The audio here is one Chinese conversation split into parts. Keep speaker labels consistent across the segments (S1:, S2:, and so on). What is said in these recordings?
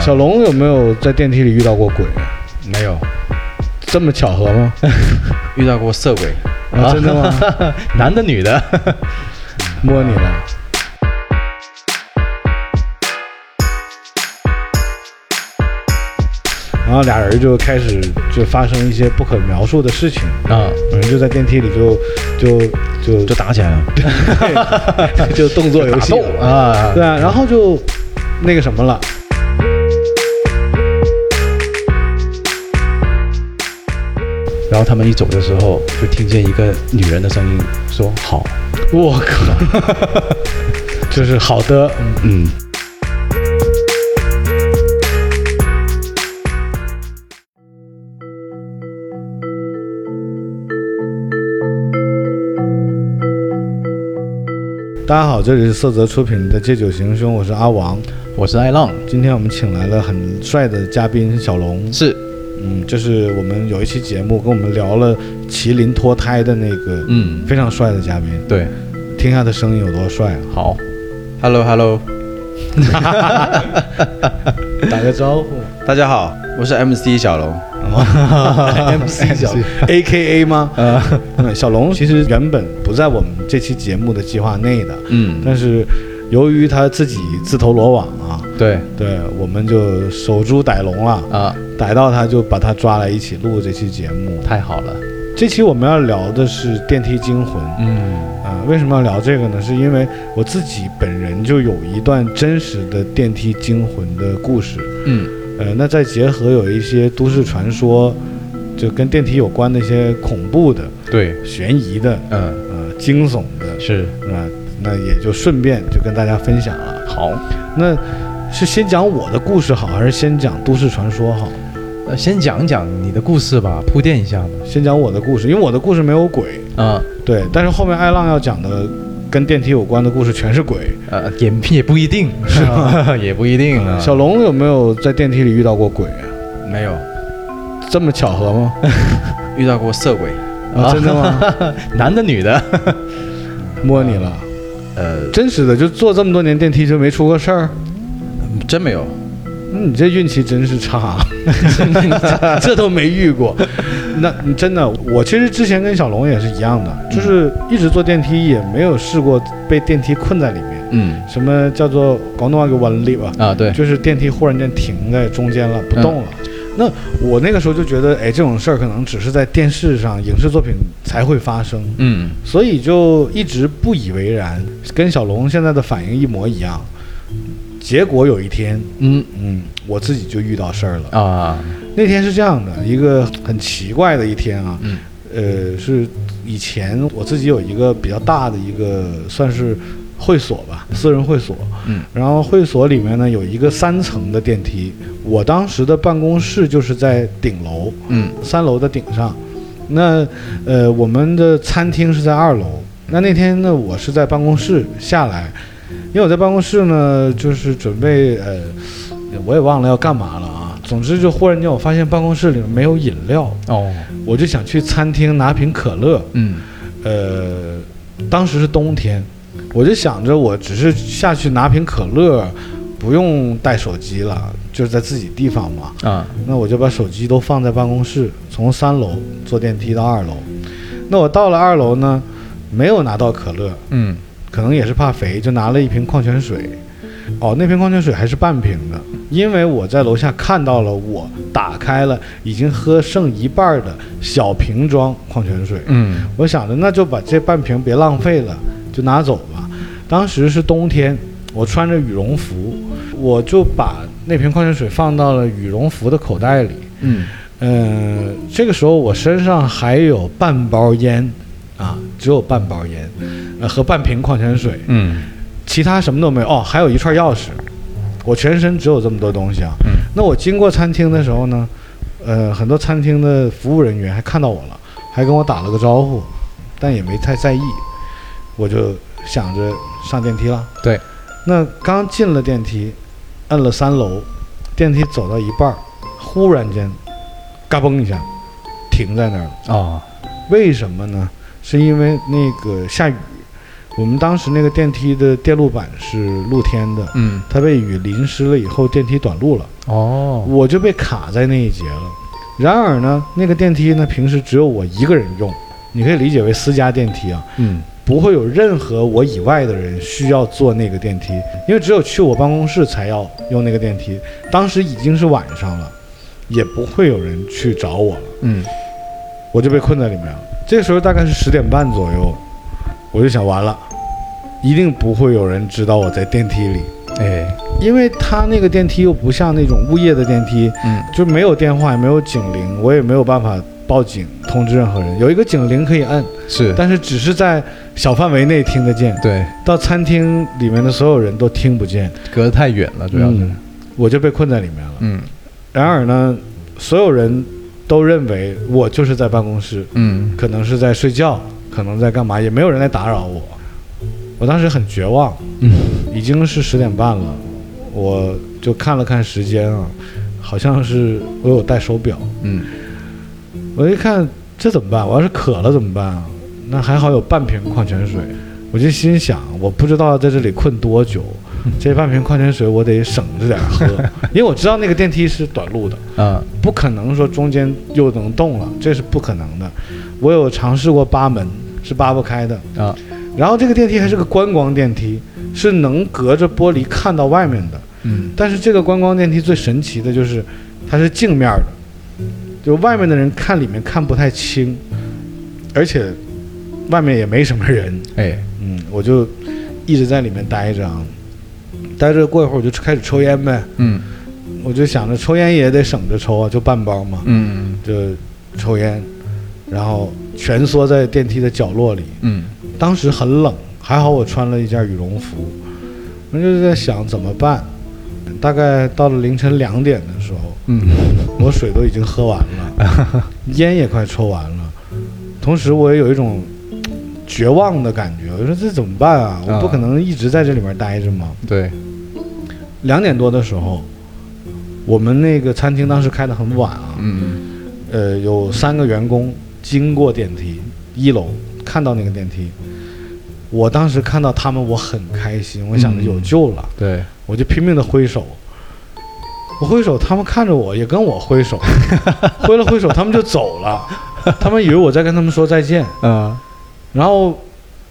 S1: 小龙有没有在电梯里遇到过鬼？
S2: 没有
S1: 这么巧合 吗？
S2: 遇到过色鬼，
S1: 啊，真的吗？
S3: 男的女的，
S1: 摸你了？然后俩人就开始就发生一些不可描述的事情，
S3: 啊，
S1: 嗯，就在电梯里就就就
S2: 就打起来 了。
S1: 就动 作游戏
S3: 打斗啊
S1: 对啊，然后就那个什么了。
S2: 然后他们一走的时候，就听见一个女人的声音说：“好。
S1: 我靠， 就是好的，”
S2: 嗯，
S1: 大家好，这里是色泽出品的《借酒行凶》，我是阿王。
S2: 我是艾浪，
S1: 今天我们请来了很帅的嘉宾小龙，
S2: 是，
S1: 嗯，就是我们有一期节目跟我们聊了麒麟脱胎的那个，
S2: 嗯，
S1: 非常帅的嘉宾，
S2: 对，
S1: 听他的声音有多帅啊！
S2: 好，Hello Hello，
S1: 打个招 呼
S2: 大家好，我是 MC 小龙，
S1: ，MC 小 A K A 吗？呃，小龙其实原本不在我们这期节目的计划内的，
S2: 嗯，
S1: 但是由于他自己自投罗网啊，
S2: 对，
S1: 对，我们就守株待龙了，
S2: 啊，
S1: 逮到他就把他抓来一起录这期节目。
S2: 太好了，
S1: 这期我们要聊的是电梯惊魂，
S2: 嗯，
S1: 啊，为什么要聊这个呢？是因为我自己本人就有一段真实的电梯惊魂的故事，
S2: 嗯，
S1: 呃，那再结合有一些都市传说，就跟电梯有关的一些恐怖的、
S2: 对，
S1: 悬疑的、
S2: 嗯，
S1: 呃惊悚的，
S2: 是，
S1: 啊、那也就顺便就跟大家分享了。
S2: 好，
S1: 那是先讲我的故事好，还是先讲都市传说好？
S3: 呃先讲讲你的故事吧，铺垫一下嘛。
S1: 先讲我的故事，因为我的故事没有鬼，
S3: 啊，
S1: 对，但是后面艾浪要讲的跟电梯有关的故事全是鬼。
S3: 呃，也也不一定，是 也不一定啊。
S1: 嗯小龙有没有在电梯里遇到过鬼啊？
S2: 没有
S1: 这么巧合 吗？
S2: 遇到过色鬼，
S1: 啊，真的吗？
S3: 男的女的，
S1: 摸你了？
S2: 呃，
S1: 真实的，就坐这么多年电梯就没出过事儿？
S2: 真没有，
S1: 嗯你这运气真是差，啊 这 这都没遇过。 那你真的，我其实之前跟小龙也是一样的，就是一直坐电梯，也没有试过被电梯困在里面。
S2: 嗯，
S1: 什么叫做广东话叫弯力吧？
S2: 啊，对，嗯
S1: 就是电梯忽然间停在中间了，不动了。那我那个时候就觉得，哎，这种事儿可能只是在电视上、影视作品才会发生，
S2: 嗯，
S1: 所以就一直不以为然，跟小龙现在的反应一模一样。结果有一天，
S2: 嗯，
S1: 嗯，我自己就遇到事儿了。
S2: 啊，
S1: 那天是这样的，一个很奇怪的一天啊，
S2: 嗯，
S1: 呃，是以前我自己有一个比较大的一个算是会所吧，私人会所，
S2: 嗯，
S1: 然后会所里面呢有一个三层的电梯，我当时的办公室就是在顶楼，
S2: 嗯，
S1: 三楼的顶上，那呃我们的餐厅是在二楼，那那天呢我是在办公室下来，因为我在办公室呢就是准备呃我也忘了要干嘛了啊，总之就忽然间我发现办公室里面没有饮料，
S3: 哦，
S1: 我就想去餐厅拿瓶可乐，
S2: 嗯，
S1: 呃，当时是冬天，我就想着我只是下去拿瓶可乐，不用带手机了，就是在自己地方嘛。
S2: 啊，
S1: 那我就把手机都放在办公室，从三楼坐电梯到二楼。那我到了二楼呢，没有拿到可乐，
S3: 嗯，
S1: 可能也是怕肥，就拿了一瓶矿泉水。哦，那瓶矿泉水还是半瓶的，因为我在楼下看到了，我打开了已经喝剩一半儿的小瓶装矿泉水。
S3: 嗯，
S1: 我想着那就把这半瓶别浪费了，就拿走吧。当时是冬天，我穿着羽绒服，我就把那瓶矿泉水放到了羽绒服的口袋里。
S2: 嗯，
S1: 嗯，这个时候我身上还有半包烟，啊，只有半包烟，呃，和半瓶矿泉水，
S3: 嗯，
S1: 其他什么都没有。哦，还有一串钥匙，我全身只有这么多东西啊。
S3: 嗯
S1: 那我经过餐厅的时候呢，呃，很多餐厅的服务人员还看到我了，还跟我打了个招呼，但也没太在意。我就想着上电梯了。
S3: 对，
S1: 那刚进了电梯，摁了三楼，电梯走到一半儿，忽然间，嘎嘣一下，停在那儿了。
S3: 哦
S2: 啊，
S1: 为什么呢？是因为那个下雨，我们当时那个电梯的电路板是露天的，
S3: 嗯，
S1: 它被雨淋湿了以后，电梯短路了，
S2: 哦，
S1: 我就被卡在那一节了。然而呢，那个电梯呢，平时只有我一个人用，你可以理解为私家电梯啊，
S2: 嗯，
S1: 不会有任何我以外的人需要坐那个电梯，因为只有去我办公室才要用那个电梯。当时已经是晚上了，也不会有人去找我了。
S3: 嗯，
S1: 我就被困在里面了。这时候大概是十点半左右，我就想完了，一定不会有人知道我在电梯里，
S2: 哎，
S1: 因为他那个电梯又不像那种物业的电梯，
S3: 嗯，
S1: 就没有电话，也没有警铃，我也没有办法报警通知任何人。有一个警铃可以摁，
S3: 是，
S1: 但是只是在小范围内听得见，
S3: 对，
S1: 到餐厅里面的所有人都听不见，
S3: 隔得太远了，主
S4: 啊
S3: 要是
S1: 嗯，我就被困在里面了。
S3: 嗯
S1: 然而呢，所有人都认为我就是在办公室，
S3: 嗯
S1: 可能是在睡觉，可能在干嘛，也没有人来打扰我。我当时很绝望，
S3: 嗯，
S1: 已经是十点半了，我就看了看时间啊，好像是我有戴手表，
S3: 嗯
S1: 我一看这怎么办？我要是渴了怎么办啊？那还好有半瓶矿泉水，我就心想，我不知道在这里困多久，这半瓶矿泉水我得省着点喝，因为我知道那个电梯是短路的，
S3: 啊，
S1: 不可能说中间又能动了，这是不可能的。我有尝试过扒门，是扒不开的
S3: 啊。
S1: 然后这个电梯还是个观光电梯，是能隔着玻璃看到外面的。
S3: 嗯
S1: 但是这个观光电梯最神奇的就是，它是镜面的，就外面的人看里面看不太清，而且外面也没什么人。
S3: 哎
S1: 嗯，我就一直在里面待着啊，待着过一会儿我就开始抽烟呗。
S3: 嗯
S1: 我就想着抽烟也得省着抽啊，就半包嘛，
S3: 嗯
S1: 就抽烟，然后蜷缩在电梯的角落里。
S3: 嗯
S1: 当时很冷，还好我穿了一件羽绒服。我就在想怎么办。大概到了凌晨两点的时候，
S3: 嗯
S1: 我水都已经喝完了，烟也快抽完了，同时我也有一种嘖绝望的感觉。我说这怎么办啊？我不可能一直在这里面待着嘛。
S3: 对，
S1: 两点多的时候，我们那个餐厅当时开得很晚啊，
S3: 嗯
S1: 呃，有三个员工经过电梯一楼，看到那个电梯，我当时看到他们，我很开心，我想着
S3: 嗯
S1: 有救了，
S3: 对，
S1: 我就拼命的挥手。我挥手，他们看着我，也跟我挥手，挥了挥手，他们就走了。他们以为我在跟他们说再见，
S3: 啊
S1: 然后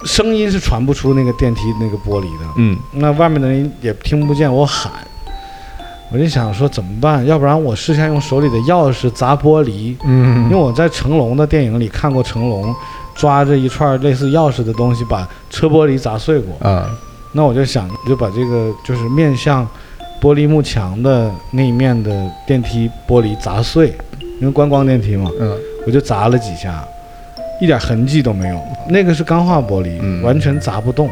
S1: 声音是传不出那个电梯那个玻璃的，
S3: 嗯
S1: 那外面的人也听不见我喊，我就想说怎么办？要不然我试下用手里的钥匙砸玻璃，因
S3: 嗯
S1: 为我在成龙的电影里看过成龙抓着一串类似钥匙的东西把车玻璃砸碎过。
S3: 啊
S1: 那我就想就把这个就是面向玻璃幕墙的那一面的电梯玻璃砸碎，因为观光电梯嘛，
S3: 嗯
S1: 我就砸了几下，一点痕迹都没有。那个是钢化玻璃，
S3: 嗯
S1: 完全砸不动。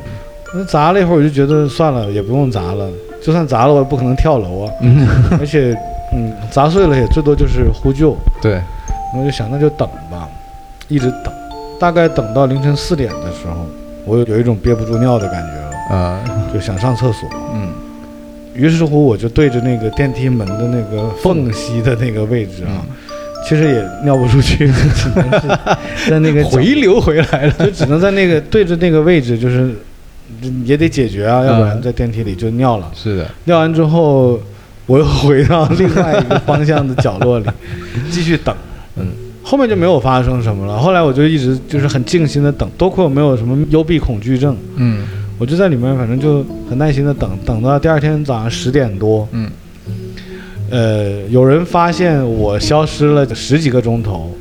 S1: 那砸了一会儿，我就觉得算了，也不用砸了。就算砸了，我也不可能跳楼啊。
S3: 嗯，
S1: 而且，嗯，砸碎了也最多就是呼救。
S3: 对，
S1: 我就想，那就等吧，一直等，大概等到凌晨四点的时候，我有有一种憋不住尿的感觉了，
S3: 啊
S1: 就想上厕所。
S3: 嗯
S1: 于是乎，我就对着那个电梯门的那个缝隙的那个位置啊，其实也尿不出去，只能是在那 个角
S3: 嗯回流回来了，
S1: 就只能在那个对着那个位置，就是也得解决啊，要不然在电梯里就尿了。
S3: 是的，
S1: 尿完之后，我又回到另外一个方向的角落里， 继续等。
S3: 嗯，
S1: 后面就没有发生什么了。后来我就一直就是很静心的等，多亏我没有什么幽闭恐惧症，
S3: 嗯
S1: 我就在里面反正就很耐心的等，等到第二天早上十点多，
S3: 嗯
S1: 呃，有人发现我消失了十几个钟头，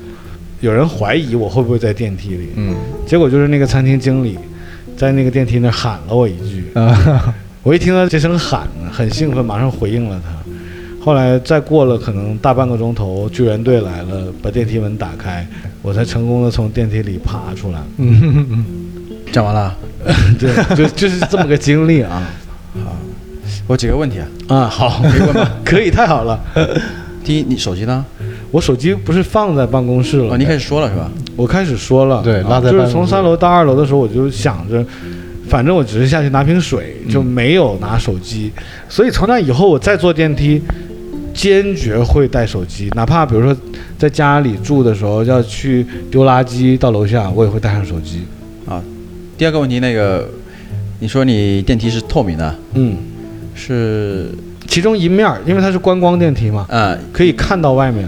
S1: 有人怀疑我会不会在电梯里。
S3: 嗯
S1: 结果就是那个餐厅经理在那个电梯那儿喊了我一句，
S3: 啊
S1: 我一听到这声喊，很兴奋，马上回应了他。后来再过了可能大半个钟头，救援队来了，把电梯门打开，我才成功的从电梯里爬出来。
S3: 嗯，讲完了，
S1: 对，就就是这么个经历啊。
S4: 我有几个问题啊，
S1: 啊，好， 可以，太好了。
S4: 第一，你手机呢？
S1: 我手机不是放在办公室了
S4: 哦，
S1: 吗
S4: 你，开始说了是吧？
S1: 我开始说了，
S2: 对
S1: 啊
S2: 拉在
S1: 就
S2: 办
S1: 是
S2: 公
S1: 从
S2: 室
S1: 三楼到二楼的时候，我就想着，反正我只是
S2: 嗯
S1: 下去拿瓶水，就没有拿手机，所以从那以后我再坐电梯，坚决会带手机，哪怕比如说在家里住的时候要去丢垃圾到楼下，我也会带上手机。
S4: 啊第二个问题，那个你说你电梯是透明的，
S1: 嗯，
S4: 是
S1: 其中一面儿，因为它是观光电梯嘛，
S4: 啊、
S1: 可以看到外面。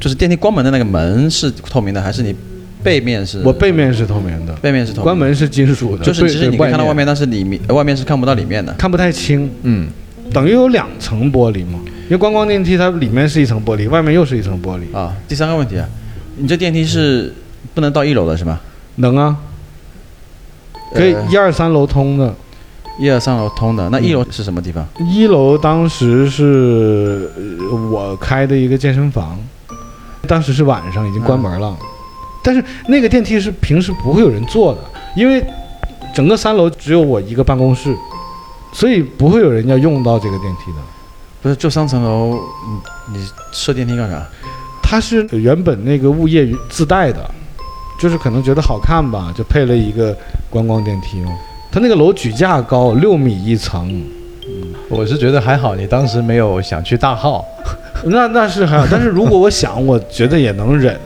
S4: 就是电梯关门的那个门是透明的，还是你背面是？
S1: 我背面是透明的，
S4: 背面是透明的
S1: 关，门是金属的，
S4: 就是
S1: 对
S4: 其实你可以看到外面，但是里面呃外面是看不到里面的。
S1: 看不太清，
S4: 嗯，
S1: 等于有两层玻璃嘛。因为观光电梯它里面是一层玻璃，外面又是一层玻璃。
S4: 啊，第三个问题啊，你这电梯是不能到一楼的是吧？
S1: 能啊，可以
S4: 呃
S1: 一二三楼通的。
S4: 一二三楼通的，那一
S2: 嗯
S4: 楼是什么地方？
S1: 一楼当时是呃我开的一个健身房，当时是晚上已经关门了，但是那个电梯是平时不会有人坐的，因为整个三楼只有我一个办公室，所以不会有人要用到这个电梯的。
S4: 不是，就三层楼，你你设电梯干啥？
S1: 它是原本那个物业自带的，就是可能觉得好看吧，就配了一个观光电梯嘛。它那个楼举架高，六米一层，
S2: 我是觉得还好，你当时没有想去大号，
S1: 那那是还好，但是如果我想，我觉得也能忍，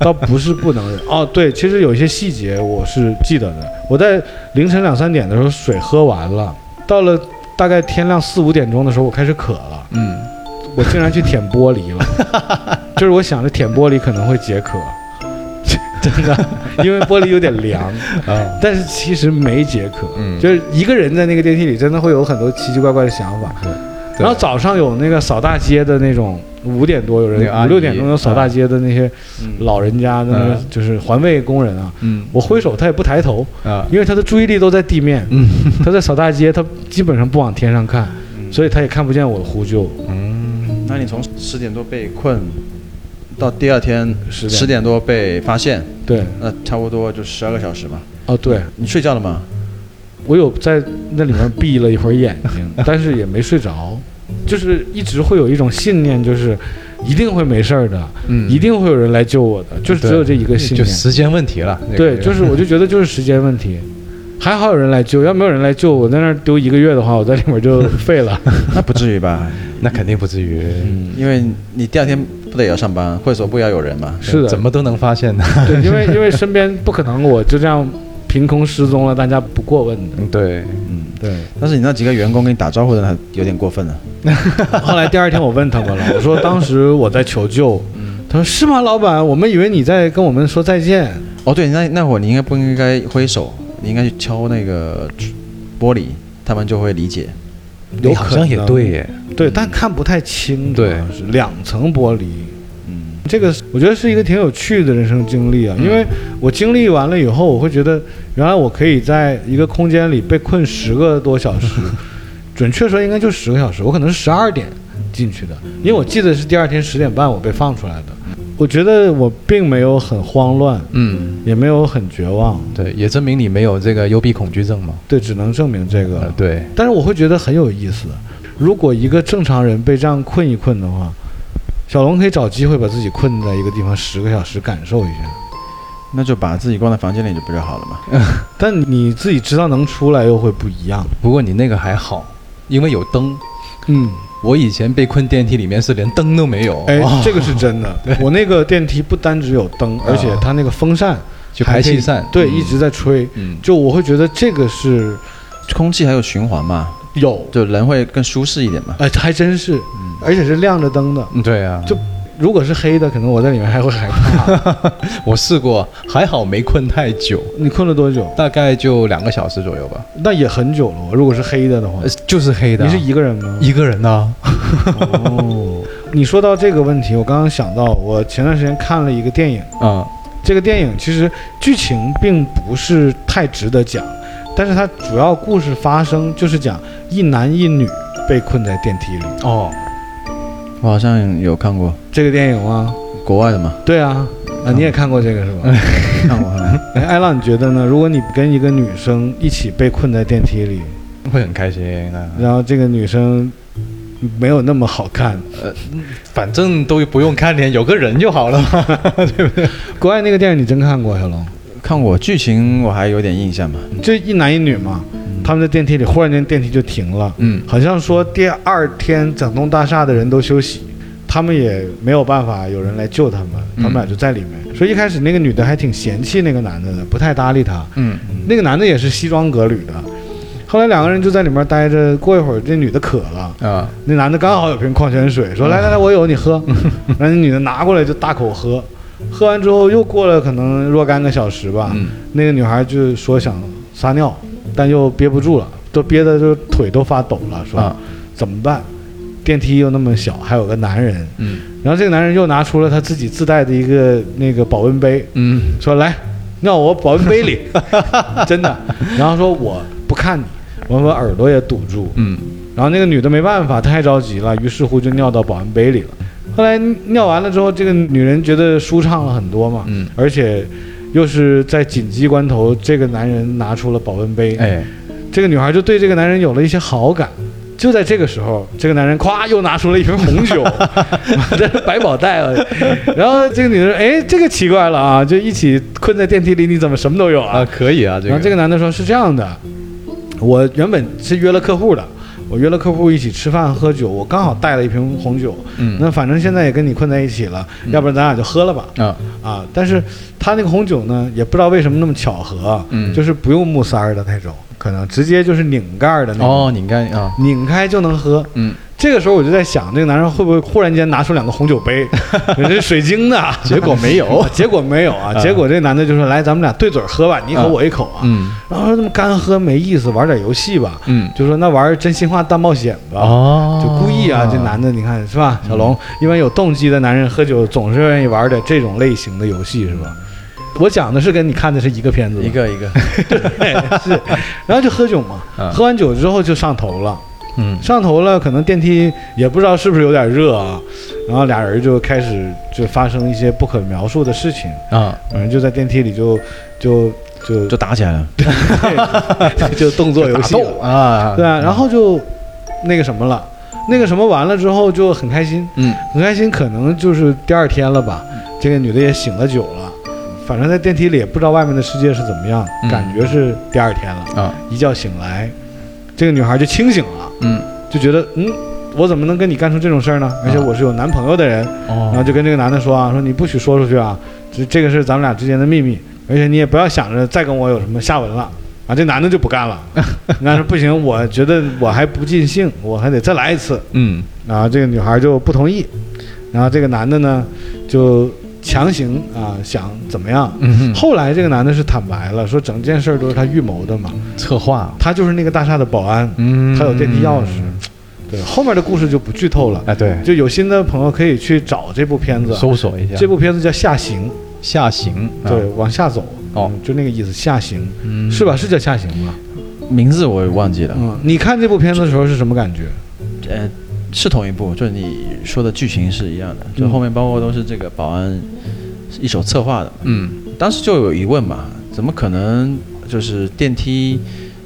S1: 倒不是不能忍。哦，对，其实有一些细节我是记得的。我在凌晨两三点的时候水喝完了，到了大概天亮四五点钟的时候，我开始渴了，
S4: 嗯，
S1: 我竟然去舔玻璃了， 就是我想着舔玻璃可能会解渴， 真的，因为玻璃有点凉，
S2: 啊，
S1: 但是其实没解渴。
S3: 嗯，
S1: 就是一个人在那个电梯里，真的会有很多奇奇怪怪的想法。
S2: 对
S1: 然后早上有那个扫大街的那种，五点多有
S2: 那个
S1: 人，
S2: 阿姨
S1: 五六点钟有扫大街的那些老人家，那个就是环卫工人啊。
S2: 嗯
S1: 我挥手，他也不抬头，
S2: 啊，
S1: 因为他的注意力都在地面。
S2: 嗯，
S1: 他在扫大街，他基本上不往天上看，所以他也看不见我呼救。
S2: 嗯，
S4: 那你从十点多被困，到第二天
S1: 10点
S4: 十点多被发现，
S1: 对，
S4: 那差不多就十二个小时吧。
S1: 哦，对
S4: 你睡觉 了吗？
S1: 我有在那里面闭了一会儿眼 睛，但是也没睡着，就是一直会有一种信念，就是一定会没事儿的。
S2: 嗯
S1: 一定会有人来救我的，就是只有这一个信
S2: 就
S1: 念。
S2: 时间问题了，那个
S1: 对，就是我就觉得就是时间问题，还好有人来救，要没有人来救，我在那儿丢一个月的话，我在里面就废了。
S4: 那不至于吧，
S2: 那肯定不至于，
S1: 嗯，
S4: 因为你第二天不得也要上班，会所不也要有人嘛。
S1: 是的
S2: 怎么都能发现的，
S1: 对，因为因为身边不可能我就这样凭空失踪了，大家不过问的。
S2: 嗯 对，
S4: 嗯，
S1: 对，
S4: 但是你那几个员工跟你打招呼的，还有点过分了。
S1: 后来第二天我问他们了，我说当时我在求救，他说是吗，老板？我们以为你在跟我们说再见。
S2: 哎
S4: 哦，对，那那会儿你应该不应该挥手，你应该去敲那个玻璃，他们就会理解。
S1: 有
S2: 嗯好
S1: 可能
S2: 像也对耶，
S1: 对，但看不太清，
S2: 对
S1: 主要是两层玻璃。
S4: 嗯
S1: 这个是我觉得是一个挺有趣的人生经历啊，
S4: 嗯
S1: 因为我经历完了以后，我会觉得原来我可以在一个空间里被困十个多小时，准确说应该就十个小时，我可能是十二点进去的，因为我记得是第二天十点半我被放出来的。我觉得我并没有很慌乱，
S2: 嗯，
S1: 也没有很绝望，
S2: 对，也证明你没有这个幽闭恐惧症嘛，
S1: 对，只能证明这个
S3: 啊
S2: 呃，。对，
S1: 但是我会觉得很有意思，如果一个正常人被这样困一困的话，小龙可以找机会把自己困在一个地方十个小时，感受一下。
S4: 那就把自己关在房间里就不就好了嘛。
S1: 但你自己知道能出来又会不一样。
S2: 不过你那个还好，因为有灯，
S1: 嗯，
S2: 我以前被困电梯里面是连灯都没有，
S1: 哎
S2: 哇，
S1: 这个是真 的。我那个电梯不单只有灯，而且它那个风扇
S2: 就
S1: 还
S2: 排
S1: 可以
S2: 气扇，
S1: 对
S2: 嗯
S1: 一直在吹，
S2: 嗯，
S1: 就我会觉得这个是
S4: 空气还有循环嘛，
S1: 有，
S4: 就人会更舒适一点嘛。
S1: 哎，还真是，而且是亮着灯的。
S2: 嗯对啊，
S1: 就如果是黑的，可能我在里面还会害怕。
S2: 我试过，还好没困太久，
S1: 你困了多久？
S2: 大概就两个小时左右吧，
S1: 那也很久了。如果是黑的的话
S2: 呃，就是黑的
S1: 你
S2: 啊，
S1: 是一个人 吗？
S2: 一个人呢，
S1: 哦，你说到这个问题，我刚刚想到，我前段时间看了一个电影。
S2: 啊，
S1: 这个电影其实剧情并不是太值得讲，但是它主要故事发生就是讲一男一女被困在电梯里。
S2: 哦，
S4: 我好像有看过
S1: 这个电影吗？
S4: 国外的嘛，
S1: 对啊，啊你也看过这个是吧？
S4: 看过。
S1: 哎艾浪，你觉得呢？如果你跟一个女生一起被困在电梯里，
S2: 会很开心啊的，
S1: 然后这个女生没有那么好看，
S2: 反正都不用看脸，有个人就好了嘛， 对不对？
S1: 国外那个电影你真看过小龙？
S4: 看过剧情我还有点印象嘛。
S1: 就一男一女嘛，他们在电梯里忽然间电梯就停了，
S3: 嗯
S1: 好像说第二天整栋大厦的人都休息，他们也没有办法有人来救他们，他
S3: 嗯
S1: 们俩就在里面。所以一开始那个女的还挺嫌弃那个男的的，不太搭理他。
S3: 嗯
S1: 那个男的也是西装革履的。后来两个人就在里面待着，过一会儿这女的渴了，
S3: 啊
S1: 那男的刚好有瓶矿泉水，说来来来，我有你喝。然后那女的拿过来就大口喝，喝完之后又过了可能若干个小时吧，
S3: 嗯
S1: 那个女孩就说想撒尿，但又憋不住了，都憋得就腿都发抖了，说、
S3: 啊
S1: 怎么办？电梯又那么小，还有个男人，
S3: 嗯
S1: 然后这个男人又拿出了他自己自带的一个那个保温杯，
S3: 嗯
S1: 说来尿我保温杯 里，真的。然后说我不看你，我把耳朵也堵住，
S3: 嗯
S1: 然后那个女的没办法，太着急了，于是乎就尿到保温杯里了。后来尿完了之后，这个女人觉得舒畅了很多嘛，
S3: 嗯
S1: 而且又是在紧急关头，这个男人拿出了保温杯，
S3: 哎
S1: 这个女孩就对这个男人有了一些好感。就在这个时候，这个男人咵又拿出了一瓶红酒，这是百宝袋了。然后这个女人说，哎，这个奇怪了啊，就一起困在电梯里，你怎么什么都有啊
S3: 啊？可以啊这
S1: 然
S3: 个
S1: 后这个男的说：“是这样的，我原本是约了客户的，我约了客户一起吃饭喝酒，我刚好带了一瓶红酒。
S3: 嗯
S1: 那反正现在也跟你困在一起了，要不然咱俩就喝了吧。
S3: 啊
S1: 啊，但是他那个红酒呢，也不知道为什么那么巧合，
S3: 嗯
S1: 就是不用木塞儿的那种，可能直接就是拧盖儿的那种，
S3: 哦拧干啊
S1: 拧开就能喝。
S3: 嗯
S1: 这个时候我就在想，这个男人会不会忽然间拿出两个红酒 杯，这是水晶的？
S3: 结果没有
S1: 结果没有啊，结果这男的就说：“来，咱们俩对嘴儿喝吧，你一口
S3: 啊
S1: 我一口啊。”
S3: 嗯
S1: 然后说这么干喝没意思，玩点游戏吧。
S3: 嗯
S1: 就说那玩真心话大冒险吧。
S3: 哦嗯
S1: 就故意啊，这男的你看是吧？小龙，一般有动机的男人喝酒总是愿意玩点这种类型的游戏是
S3: 嗯
S1: 吧？我讲的是跟你看的是一个片子吧，
S4: 一个一个，
S1: 对是，然后就喝酒嘛，
S3: 嗯
S1: 喝完酒之后就上头了，
S3: 嗯
S1: 上头了，可能电梯也不知道是不是有点热啊，然后俩人就开始就发生一些不可描述的事情，
S3: 啊
S1: 反正就在电梯里就就就
S4: 就打起来了。
S1: 就动作游戏
S3: 打
S1: 了
S3: 斗啊
S1: 对啊，然后就那个什么了，那个什么完了之后就很开心，
S3: 嗯
S1: 很开心，可能就是第二天了吧，这个女的也醒了酒了，反正在电梯里也不知道外面的世界是怎么样，
S3: 嗯
S1: 感觉是第二天了，
S3: 啊
S1: 一觉醒来，这个女孩就清醒了，
S3: 嗯啊
S1: 就觉得嗯。我怎么能跟你干出这种事儿呢？而且我是有男朋友的人，然后
S3: 哦
S1: 就跟这个男的说啊，说你不许说出去啊，这这个是咱们俩之间的秘密，而且你也不要想着再跟我有什么下文了。啊，这男的就不干 了，那说不行，我觉得我还不尽兴，我还得再来一次。
S3: 嗯
S1: 然后这个女孩就不同意，然后这个男的呢就强行啊想怎么样。
S3: 嗯
S1: 后来这个男的是坦白了，说整件事儿都是他预谋的嘛，
S3: 策划
S1: 他就是那个大厦的保安，
S3: 嗯
S1: 他有电梯钥匙。对，后面的故事就不剧透了，
S3: 哎对
S1: 就有心的朋友可以去找这部片子啊，
S3: 搜索一下
S1: 这部片子叫《下行》，
S3: 下行啊
S1: 对，往下走，
S3: 哦
S1: 嗯就那个意思，下行，
S3: 嗯
S1: 是吧？是叫下行吗？
S4: 名字我也忘记了，
S1: 嗯，你看这部片子的时候是什么感觉？
S4: 呃，是同一部，就是你说的剧情是一样的，就
S1: 嗯
S4: 后面包括都是这个保安一手策划的。
S3: 嗯
S4: 当时就有疑问嘛，怎么可能就是电梯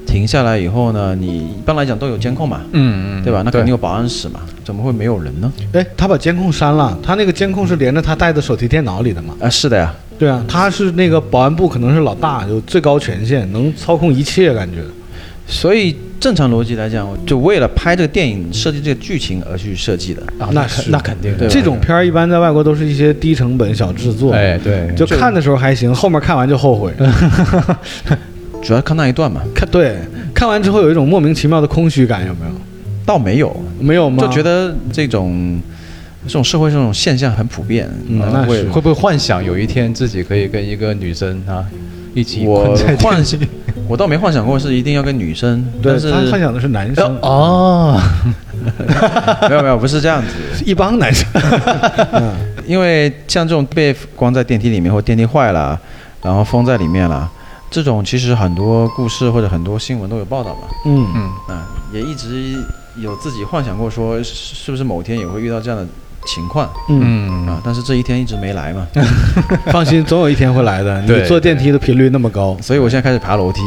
S4: 停下来以后呢？你一般来讲都有监控嘛，
S3: 嗯嗯
S4: 对吧？那肯定有保安室嘛，怎么会没有人呢？
S1: 哎，他把监控删了，他那个监控是连着他带的手提电脑里的嘛？
S4: 啊，是的呀，
S1: 对啊，他是那个保安部可能是老大，有最高权限，能操控一切，感觉。
S4: 所以正常逻辑来讲，就为了拍这个电影设计这个剧情而去设计的。
S3: 啊
S1: 那
S3: 肯
S1: 是
S3: 那肯定
S4: 对吧
S1: 这种片儿一般在外国都是一些低成本小制作，
S3: 哎对
S1: 就看的时候还行，后面看完就后悔。
S4: 主要看那一段嘛，
S1: 看对，看完之后有一种莫名其妙的空虚感，有没有？
S4: 倒没有，
S1: 没有吗？
S4: 就觉得这种这种社会这种现象很普遍。
S1: 嗯
S4: 呃
S1: 那
S3: 会
S1: 是
S3: 会不会幻想有一天自己可以跟一个女生啊一起
S4: 我
S3: 困在电
S4: 幻
S3: 梯
S4: 想， 我倒没幻想过是一定要跟女生，
S1: 对
S4: 但是
S1: 他幻想的是呃男生。
S3: 哦，
S4: 没有没有不是这样子，
S1: 一帮男 生，嗯
S4: 因为像这种被关在电梯里面或电梯坏了，然后封在里面了，这种其实很多故事或者很多新闻都有报道嘛。
S1: 嗯，
S3: 嗯
S4: 嗯，也一直有自己幻想过说，是是不是某天也会遇到这样的情况
S1: 嗯，
S4: 啊？但是这一天一直没来嘛，
S1: 放心，总有一天会来的。
S3: 对
S1: 你坐电梯的频率那么 高，
S4: 所以我现在开始爬楼梯。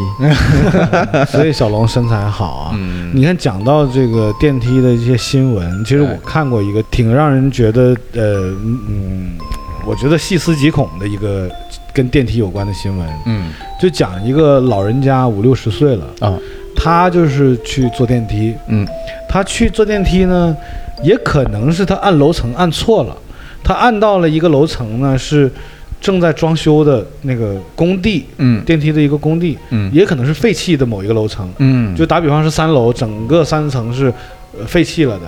S1: 所以小龙身材好啊。
S3: 嗯
S1: 你看，讲到这个电梯的一些新闻，其实我
S3: 对
S1: 看过一个挺让人觉得呃嗯，我觉得细思极恐的一个跟电梯有关的新闻，
S3: 嗯
S1: 就讲一个老人家五六十岁了，
S3: 啊
S1: 他就是去坐电梯，
S4: 嗯，
S1: 他去坐电梯呢，也可能是他按楼层按错了，他按到了一个楼层呢是正在装修的那个工地，
S4: 嗯
S1: 电梯的一个工地，
S4: 嗯
S1: 也可能是废弃的某一个楼层，
S4: 嗯，
S1: 就打比方是三楼，整个三层是呃废弃了的，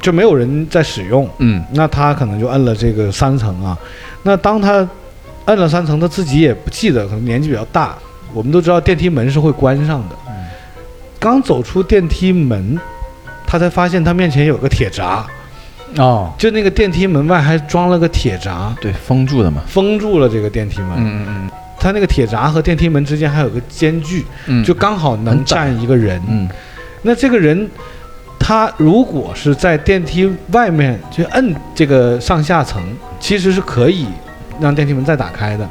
S1: 就没有人在使用，
S4: 嗯
S1: 那他可能就摁了这个三层啊。那当他摁了三层，他自己也不记得，可能年纪比较大。我们都知道电梯门是会关上的。刚走出电梯门，他才发现他面前有个铁闸，
S2: 哦，
S1: 就那个电梯门外还装了个铁闸，
S4: 对，封住的嘛。
S1: 封住了这个电梯门。
S4: 嗯嗯
S1: 他那个铁闸和电梯门之间还有个间距，
S4: 嗯，
S1: 就刚好能
S4: 很窄
S1: 站一个人。
S4: 嗯
S1: 那这个人，他如果是在电梯外面去摁这个上下层，其实是可以让电梯门再打开的，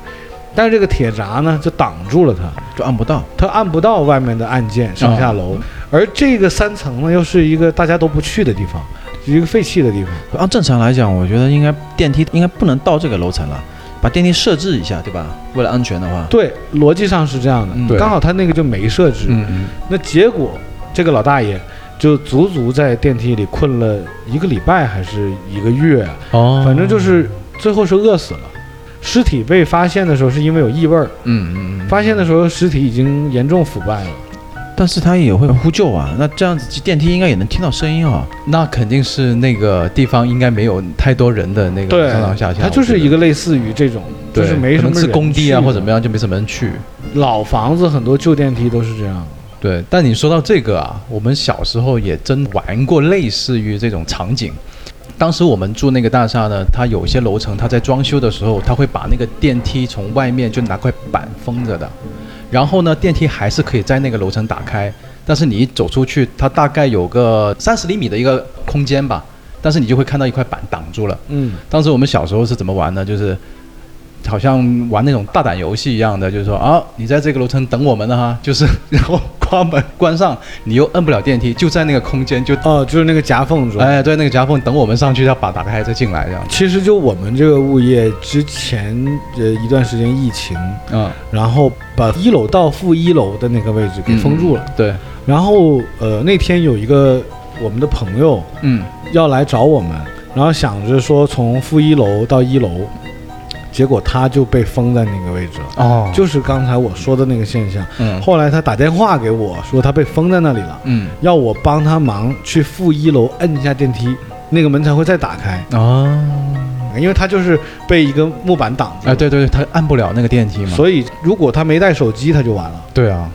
S1: 但是这个铁闸呢就挡住了他，
S4: 就按不到。
S1: 他按不到外面的按键上下楼，而这个三层呢又是一个大家都不去的地方，一个废弃的地方。
S4: 按正常来讲，我觉得应该电梯应该不能到这个楼层了，把电梯设置一下，对吧？为了安全的话，
S1: 对，逻辑上是这样的，
S4: 嗯
S2: 对
S1: 刚好他那个就没设置，
S4: 嗯嗯，
S1: 那结果这个老大爷。就足足在电梯里困了一个礼拜还是一个月啊，
S2: 哦，
S1: 反正就是最后是饿死了。尸体被发现的时候是因为有异味儿，
S4: 嗯嗯嗯，
S1: 发现的时候尸体已经严重腐败了。
S4: 但是他也会呼救啊，那这样子电梯应该也能听到声音啊。
S3: 那肯定是那个地方应该没有太多人的那个
S1: 对
S3: 上上下，下，
S1: 它就是一
S3: 个
S1: 个类似于这种，就是没什么
S3: 是
S1: 人
S3: 工地啊
S1: 去
S3: 或者怎么样就没什么人去。
S1: 老房子很多旧电梯都是这样的。
S3: 对，但你说到这个啊，我们小时候也真玩过类似于这种场景。当时我们住那个大厦呢，它有些楼层，它在装修的时候，它会把那个电梯从外面就拿块板封着的，然后呢，电梯还是可以在那个楼层打开，但是你一走出去，它大概有个三十厘米的一个空间吧，但是你就会看到一块板挡住了。
S1: 嗯，
S3: 当时我们小时候是怎么玩呢？就是好像玩那种大胆游戏一样的，就是说啊，你在这个楼层等我们了哈， 就是然后关门关上，你又摁不了电梯，就在那个空间就
S1: 哦，就是那个夹缝中。
S3: 哎对那个夹缝等我们上去，要把打开再进来这样。
S1: 其实就我们这个物业之前呃一段时间疫情，
S3: 嗯，
S1: 然后把一楼到负一楼的那个位置给封住了。
S3: 对，
S1: 然后呃那天有一个我们的朋友，
S3: 嗯
S1: 要来找我们，然后想着说从负一楼到一楼，结果他就被封在那个位置了，
S3: 哦就
S1: 就是刚才我说的那个现象。
S3: 嗯
S1: 后来他打电话给我说他被封在那里了，
S3: 嗯
S1: 要我帮他忙去负一楼摁一下电梯，那个门才会再打开，
S3: 啊
S1: 因为他就是被一个木板挡住。
S3: 啊对对对，他按不了那个电梯嘛。
S1: 所以，如果他没带手机，他就完了。
S3: 对啊，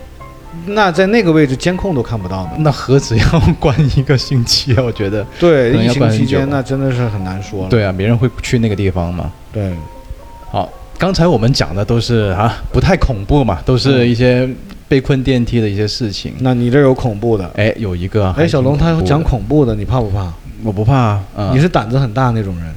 S1: 那在那个位置，监控都看不到的。
S3: 那何止要关一个星期啊？我觉得，
S1: 对，
S3: 可能
S1: 疫
S3: 要
S1: 情
S3: 关很
S1: 期间
S3: 久
S1: 那真的是很难说了。
S3: 对啊，没人会去那个地方嘛。
S1: 对，
S3: 好，刚才我们讲的都是啊，不太恐怖嘛，都是一些被困电梯的一些事情。
S1: 那你这有恐怖的。
S3: 哎，有一个，
S1: 哎，小龙他讲
S3: 恐
S1: 恐怖的，你怕不怕？
S4: 我不怕啊，啊
S3: 怖的，
S1: 你
S3: 嗯，
S1: 是胆子很大那种人。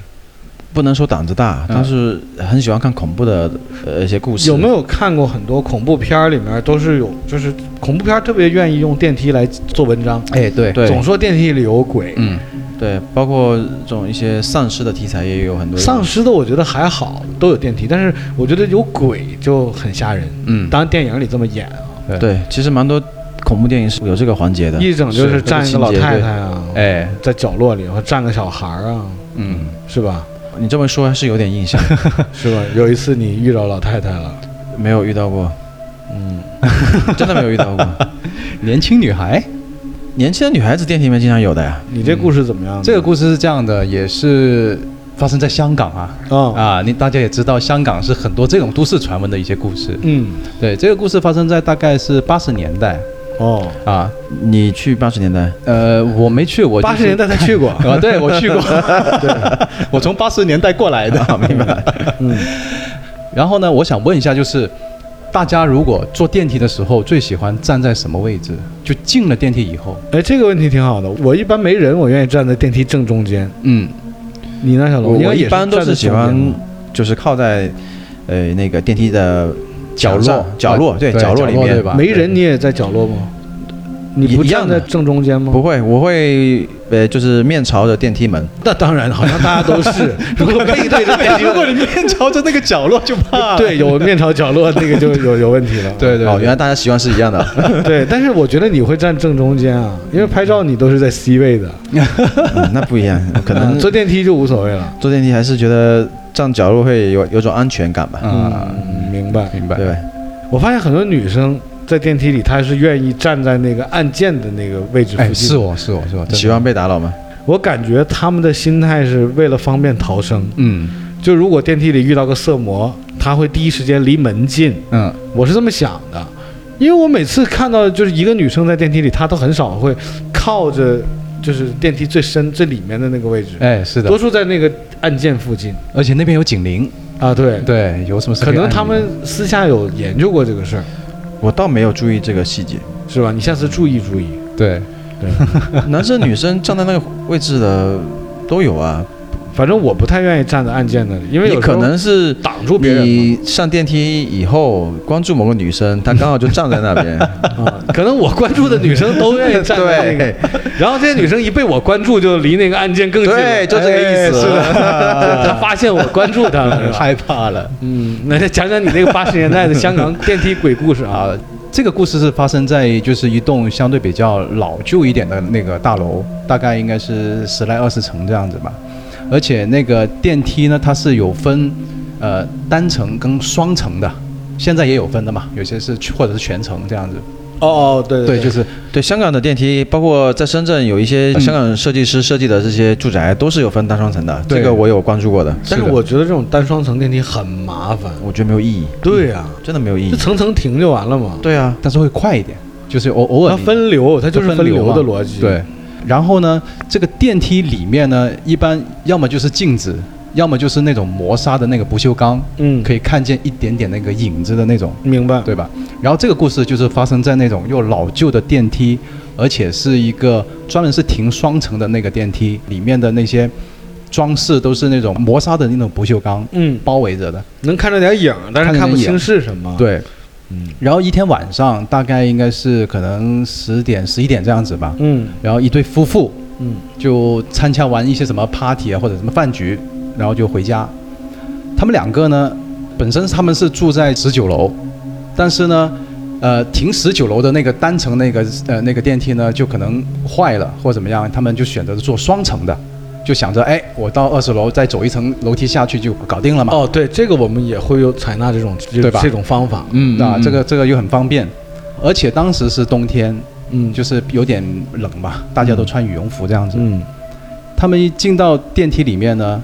S4: 不能说胆子大，但是很喜欢看恐怖的呃一些故事。
S1: 有没？有看过很多恐怖片儿？里面都是有，就是恐怖片儿特别愿意用电梯来做文章，
S3: 哎，对，
S4: 对
S1: 总说电梯里有鬼。
S3: 嗯，
S4: 对，包括这种一些丧尸的题材也有很多。
S1: 丧，尸的我觉得还好，都有电梯，但是我觉得有鬼就很吓人。
S4: 嗯，
S1: 当然电影里这么演啊，
S4: 对，其实蛮多恐怖电影是有这个环节的。
S1: 一整就是站一个老太太啊，
S3: 哎，
S1: 在角落里，或者站个小孩儿啊，
S3: 嗯，
S1: 是 吧？
S4: 你这么说还是有点印 象，
S1: 是吧？有一次你遇着老太太了，
S4: 没有遇到过，
S1: 嗯，
S4: 真的没有遇到过。
S3: 年轻女孩。
S1: 嗯
S4: 年轻的女孩子电梯里面经常有的呀。
S1: 你这故事怎么样呢？
S3: 嗯这个故事是这样的，也是发生在香港啊。
S1: 啊，
S3: 啊，你大家也知道，香港是很多这种都市传闻的一些故事。
S1: 嗯，
S3: 对，这个故事发生在大概是八十年代
S1: 哦，
S3: 啊。
S4: 你去八十年代，
S3: 呃，我没去，我
S1: 八十年
S3: 代，
S1: 代他去过
S3: 啊，对我去 过，我从八十年代过来的，明 白。
S1: 嗯。
S3: 然后呢，我想问一下，就是大家如果坐电梯的时候，最喜欢站在什么位置？就进了电梯以后，
S1: 哎，这个问题挺好的。我一般没人，我愿意站在电梯正中间。
S3: 嗯，
S1: 你呢，小龙？
S4: 我
S1: 呃应该
S4: 我
S1: 也
S4: 一般都
S1: 站在
S4: 是喜
S1: 中间
S4: 欢
S1: 吗
S4: 就是靠在呃那个电梯的
S3: 角
S4: 墙上
S3: 落，
S4: 角落
S3: 啊
S4: 对
S3: 角
S4: 角落里面
S3: 对吧？
S1: 没人，你也在角落吗？你不
S4: 一样
S1: 站
S4: 的
S1: 在正中间吗？
S4: 不会，我会呃，就是面朝着电梯门。
S1: 那当然， 好像大家都 是。如果背对着电梯，
S3: 如果你面朝着那个角落就怕了。
S1: 对有面朝角落，那个就有有问题 了。
S3: 对对
S4: 哦，原
S3: 对，
S4: 来大家习惯是一样的。
S1: 对，但是我觉得你会站正中间啊，因为拍照你都是在 C 位的，
S4: 嗯那不一样，可能
S1: 啊坐电梯就无所谓了。
S4: 坐电梯还是觉得站角落会有有种安全感吧，
S3: 啊，
S1: 嗯，明白。
S3: 明白。
S4: 对吧？
S1: 我发现很多女生在电梯里，她是愿意站在那个按键的那个位置附
S3: 哎，
S1: 近。
S3: 是，我是我是我，真的
S4: 喜欢被打扰吗？
S1: 我感觉她们的心态是为了方便逃生。
S3: 嗯
S1: 就如果电梯里遇到个色魔，她会第一时间离门近。
S3: 嗯，
S1: 我是这么想的，因为我每次看到就是一个女生在电梯里，她都很少会靠着就是电梯最深最里面的那个位置，
S3: 哎，是的
S1: 多，数在那个按键附近
S3: 而且那边有警铃，
S1: 啊。对，
S3: 对，有什么事
S1: 可
S3: 以
S1: 能
S3: 按
S1: 他
S3: 铃
S1: 们私下有研究过这个事儿，
S4: 我倒没有注意这个细节，
S1: 是吧？你下次注意注意。
S3: 对，
S4: 男生女生站在那个位置的都有啊。
S1: 反正我不太愿意站在按键那里，因为
S4: 你
S1: 有时
S4: 可
S1: 候
S4: 能是
S1: 挡住别人嘛
S4: 你上电梯以后关注某个女生，她刚好就站在那边，
S1: 啊，可能我关注的女生都愿意站在那个，然后这些女生一被我关注，就离那个按键更近了，
S4: 对就这个意思
S1: 哎是 的，她发现我关注她了， 是吧
S3: 害怕了
S1: 嗯，那再讲讲你那个八十年代的香港电梯鬼故事啊
S3: 啊。这个故事是发生在就是一栋相对比较老旧一点的那个大楼，大概应该是十来二十层这样子吧。而且那个电梯呢，它是有分呃单层跟双层的，现在也有分的嘛，有些是或者是全程这样子。
S1: 哦哦，对
S3: 对，就是
S4: 对香港的电梯，包括在深圳有一些香港设计师设计的这些住宅，都是有分单双层的。
S3: 对
S4: 这个我有关注过的，
S1: 但是我觉得这种单双层电梯很麻烦。
S4: 我觉得没有意义，
S1: 对呀、
S4: 真的没有意
S1: 就
S4: 义。
S1: 层层停就完了嘛。
S4: 对啊，
S3: 但是会快一点，就是偶偶尔
S1: 它
S3: 你
S1: 分流，嗯它就是分流
S3: 嘛
S1: 的逻辑。
S3: 对，，然后呢，这个电梯里面呢，一般要么就是镜子，要么就是那种磨砂的那个不锈钢，
S1: 嗯，
S3: 可
S1: 以
S3: 以看见一点点那个影子的那种，
S1: 明白。
S3: 对吧？然后这个故事就是发生在那种又老旧的电梯，而且是一个专门是停双层的那个电梯，里面的那些装饰都是那种磨砂的那种不锈钢
S1: 嗯，
S3: 包围着的。
S1: 能看着点影，但是
S3: 看着
S1: 看不
S3: 点影
S1: 清是什么。，
S3: 对，
S1: 嗯
S3: 然后一天晚上大概应该是可能十点十一点这样子吧，
S1: 嗯
S3: 然后一对夫妇。
S1: 嗯，
S3: 就参加完一些什么 party 啊或者什么饭局，然后就回家。他们两个呢，本身他们是住在十九楼，但是呢，呃，停十九楼的那个单层那个呃那个电梯呢，就可能坏了或怎么样，他们就选择坐双层的，就想着哎，我到二十楼再走一层楼梯下去就搞定了嘛。
S1: 哦，对，这个我们也会有采纳这种
S3: 对吧
S1: 这种方法。
S4: 嗯
S3: 啊，这个这个又很方便，而且当时是冬天，
S1: 嗯，
S3: 就是有点冷嘛，大家都穿羽绒服这样子。
S1: 嗯，
S3: 他们一进到电梯里面呢，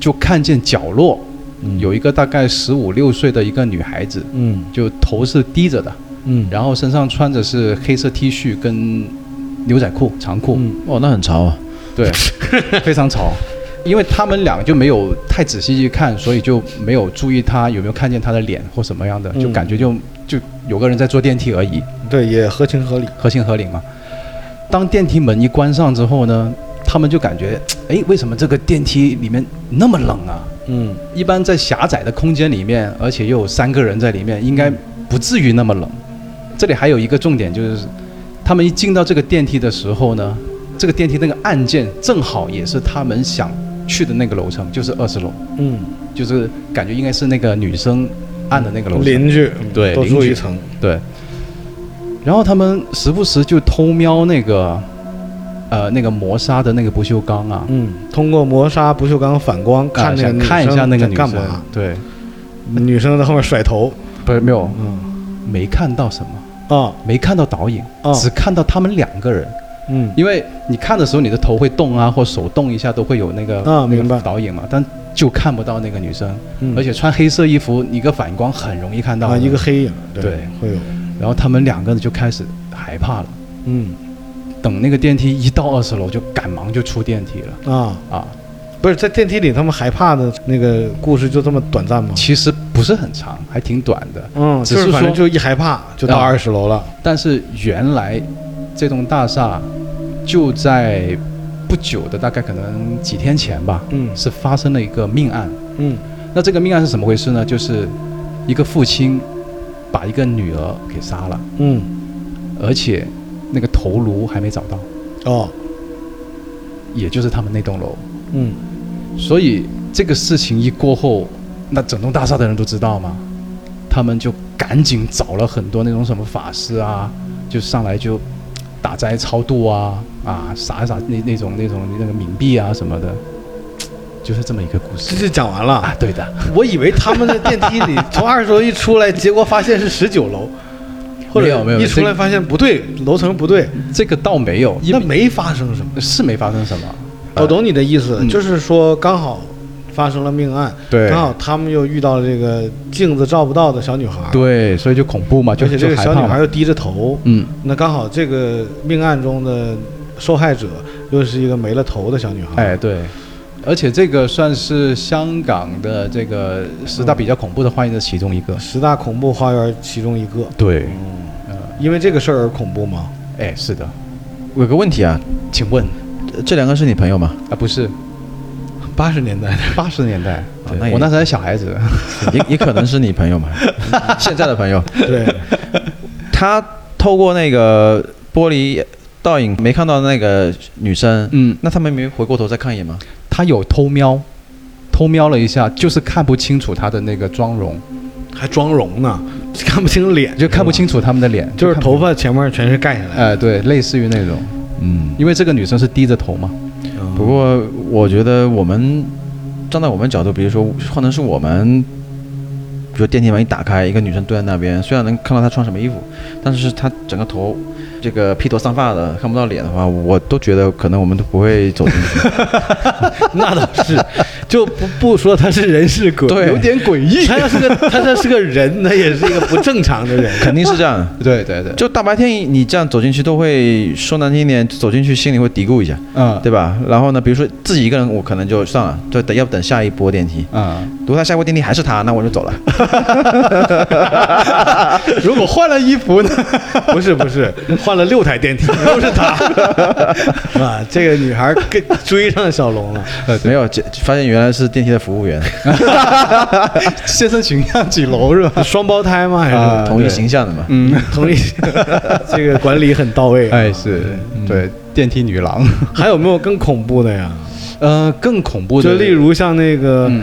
S3: 就看见角落
S1: 嗯
S3: 有一个大概十五六岁的一个女孩子，
S1: 嗯
S3: 就头是低着的，
S1: 嗯，
S3: 然后身上穿着是黑色 T 恤跟牛仔裤长裤，
S1: 嗯
S4: 哦，那很潮啊。
S3: 对， 非常潮。因为他们俩就没有太仔细去看，所以就没有注意她有没有看见她的脸或什么样的，就
S1: 嗯
S3: 感觉就就有个人在坐电梯而已。
S1: 对，也合情合理。
S3: 合情合理嘛。当电梯门一关上之后呢，他们就感觉，哎，为什么这个电梯里面那么冷啊？
S1: 嗯
S3: 一般在狭窄的空间里面，而且又有三个人在里面，应该不至于那么冷。这里还有一个重点就是，他们一进到这个电梯的时候呢，这个电梯那个按键正好也是他们想去的那个楼层，就是二十楼，
S1: 嗯，
S3: 就是感觉应该是那个女生按的那个楼层。
S1: 邻居嗯
S3: 对
S1: 多
S3: 邻
S1: 住
S3: 居
S1: 一层。
S3: 对。然后他们时不时就偷瞄那个，呃，那个磨砂的那个不锈钢啊，
S1: 嗯，通过磨砂不锈钢反光看
S3: 啊
S1: 那个
S3: 想
S1: 女生
S3: 看一下那个
S1: 在
S3: 女
S1: 干
S3: 生
S1: 嘛？，
S3: 对，
S1: 女生在后面甩头，
S3: 不是没有
S1: 嗯
S3: 没看到什么，
S1: 啊
S3: 没看到导引，
S1: 啊
S3: 只看到他们两个人，
S1: 嗯
S3: 因为你看的时候你的头会动啊，或手动一下都会有那个
S1: 啊
S3: 那个
S1: 明白
S3: 导引嘛，但就看不到那个女生，
S1: 嗯，
S3: 而且穿黑色衣服，一个反光很容易看到
S1: 啊
S3: 的
S1: 一个，黑影，
S3: 对
S1: 会有，
S3: 然后他们两个人就开始害怕了，
S1: 嗯
S3: 等那个电梯一到二十楼就赶忙就出电梯了
S1: 啊，
S3: 啊。
S1: 不是在电梯里他们害怕的那个故事就这么短暂吗？
S3: 其实不是很长，还挺短的。
S1: 嗯，
S3: 只
S1: 就是反正
S3: 说
S1: 就一害怕就到
S3: 啊
S1: 二十楼了。
S3: 但是原来这栋大厦就在不久的大概可能几天前吧，
S1: 嗯
S3: 是发生了一个命案。
S1: 嗯
S3: 那这个命案是怎么回事呢？就是一个父亲把一个女儿给杀了，
S1: 嗯
S3: 而且那个头颅还没找到，
S1: 哦，
S3: 也就是他们那栋楼。
S1: 嗯，
S3: 所以这个事情一过后，那整栋大厦的人都知道嘛，他们就赶紧找了很多那种什么法师啊，就上来就打斋超度啊啊撒一撒那那种那种那个冥币啊什么的，就是这么一个故
S1: 这
S3: 事
S1: 就讲完了。
S3: 啊。对的，
S1: 我以为他们在电梯 里从二十楼一出来，结果发现是十九楼，或
S3: 没有
S1: 者
S3: 没有
S1: 一出
S3: 这
S1: 来发现不对，楼层不对，
S3: 这个倒没有，因
S1: 那啊
S3: 为
S1: 没发生什么。
S3: 是没发生什么。
S1: 我懂你的意思，
S3: 嗯
S1: 就是说刚好发生了命案，
S4: 对
S1: 刚好他们又遇到了这个镜子照不到的小女孩，，
S3: 对，所以就恐怖嘛，就
S1: 而且这
S3: 就
S1: 个
S3: 害
S1: 小女
S3: 怕
S1: 孩
S3: 嘛。
S1: 又低着头，
S3: 嗯，
S1: 那刚好这个命案中的受害者又是一个没了头的小女孩，
S3: 哎，对，而且这个算是香港的这个十
S1: 嗯
S3: 大比较恐怖的画面的其中一个。
S1: 十大恐怖花园其中一个，
S3: 对，嗯
S1: 因为这个事儿而恐怖吗？
S3: 哎，是的，
S4: 我有个问题啊，
S3: 请问
S4: 这这两个是你朋友吗？
S3: 啊，不是
S1: 八十年代的，
S3: 八十年代，
S4: 对那也
S3: 我那时候还小孩 子，
S4: 也也可能是你朋友嘛，现在的朋友。
S1: 对，
S4: 他透过那个玻璃倒影没看到那个女生，
S3: 嗯，
S4: 那他们没回过头再看一眼吗？
S3: 他有偷瞄，偷瞄了一下，就是看不清楚他的那个妆容，
S1: 还妆容呢，看不清脸，
S3: 就看不清楚他们的脸，
S1: 就是
S3: 看不
S1: 头。发前面全是盖下来的。
S3: 哎，对，类似于那种，
S4: 嗯，
S3: 因为这个女生是低着头嘛，
S1: 嗯
S4: 不过我觉得我们站在我们角度，比如说换成是我们，比如电梯门一打开，一个女生蹲在那边，虽然能看到她穿什么衣服，但是她整个头这个披头散发的，看不到脸的话，我都觉得可能我们都不会走进去。
S1: 那倒是，就不不说他是人是鬼，
S4: 对
S1: 有 点
S3: 诡异。
S1: 他要是 个他这是个人，他也是一个不正常的人。
S4: 肯定是这样的。
S3: 对对对，
S4: 就大白天你这样走进去，都会说难听点，走进去心里会嘀咕一下，
S3: 嗯，
S4: 对吧？然后呢，比如说自己一个人，我可能就算了，就等要不等下一波电梯。
S3: 嗯，
S4: 如果他下一波电梯还是他，那我就走了。
S3: 如果换了衣服呢？
S1: 不是不是，换了六台电梯都是他啊！这个女孩跟追上小龙了，
S4: 没有，这发现原来是电梯的服务员，
S3: 先生请上几楼是吧？
S1: 双胞胎吗？还是、
S3: 啊
S4: 同一
S3: 对
S4: 形象的嘛。
S3: 嗯，
S1: 同一？ 这个管理很到位、啊。
S3: 哎，是对电梯女郎，
S1: 还有没有更恐怖的呀？
S3: 呃，更恐怖
S1: 就
S3: 的，
S1: 例如像那个。
S3: 嗯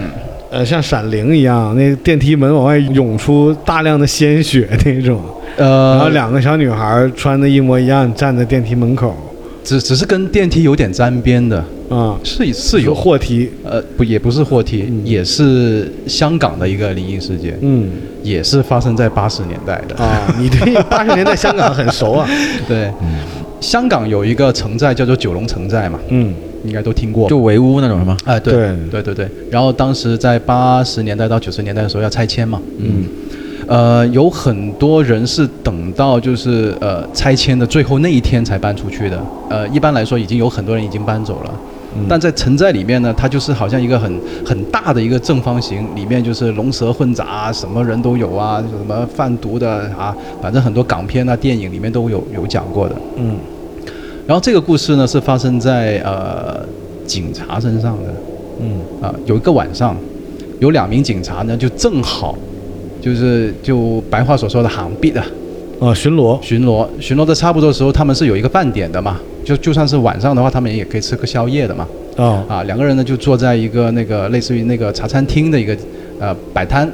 S1: 呃，像闪灵一样，那个电梯门往外涌出大量的鲜血 那种，然后
S3: 呃，
S1: 两个小女孩穿的一模一样，站在电梯门口，
S3: 只只是跟电梯有点沾边的，
S1: 啊、
S3: 是是有，
S1: 货梯，
S3: 呃，不也不是货梯，也是香港的一个灵异事件，
S1: 嗯
S3: 也是发生在八十年代的。
S1: 啊，你对八十年代香港很熟啊，
S3: 对，香港有一个城寨叫做九龙城寨嘛，
S1: 嗯，
S3: 应该都听过。
S4: 就围屋那种是吗？
S3: 啊，对
S1: 对
S3: 对对对。然后当时在八十年代到九十年代的时候要拆迁嘛，
S1: 嗯，
S3: 呃，有很多人是等到就是呃拆迁的最后那一天才搬出去的。呃，一般来说已经有很多人已经搬走了。
S1: 嗯
S3: 但在城寨里面呢，它就是好像一个很很大的一个正方形，里面就是龙蛇混杂啊，什么人都有啊，什么贩毒的啊，反正很多港片啊、电影里面都有有讲过的。
S1: 嗯
S3: 然后这个故事呢是发生在呃警察身上的，
S1: 嗯
S3: 啊，有一个晚上，有两名警察呢，就正好，就是就白话所说的行必啊，
S1: 啊，巡逻，
S3: 巡逻巡逻的差不多的时候，他们是有一个饭点的嘛，就就算是晚上的话，他们也可以吃个宵夜的嘛。
S1: 啊
S3: 啊，两个人呢就坐在一个那个类似于那个茶餐厅的一个呃摆摊，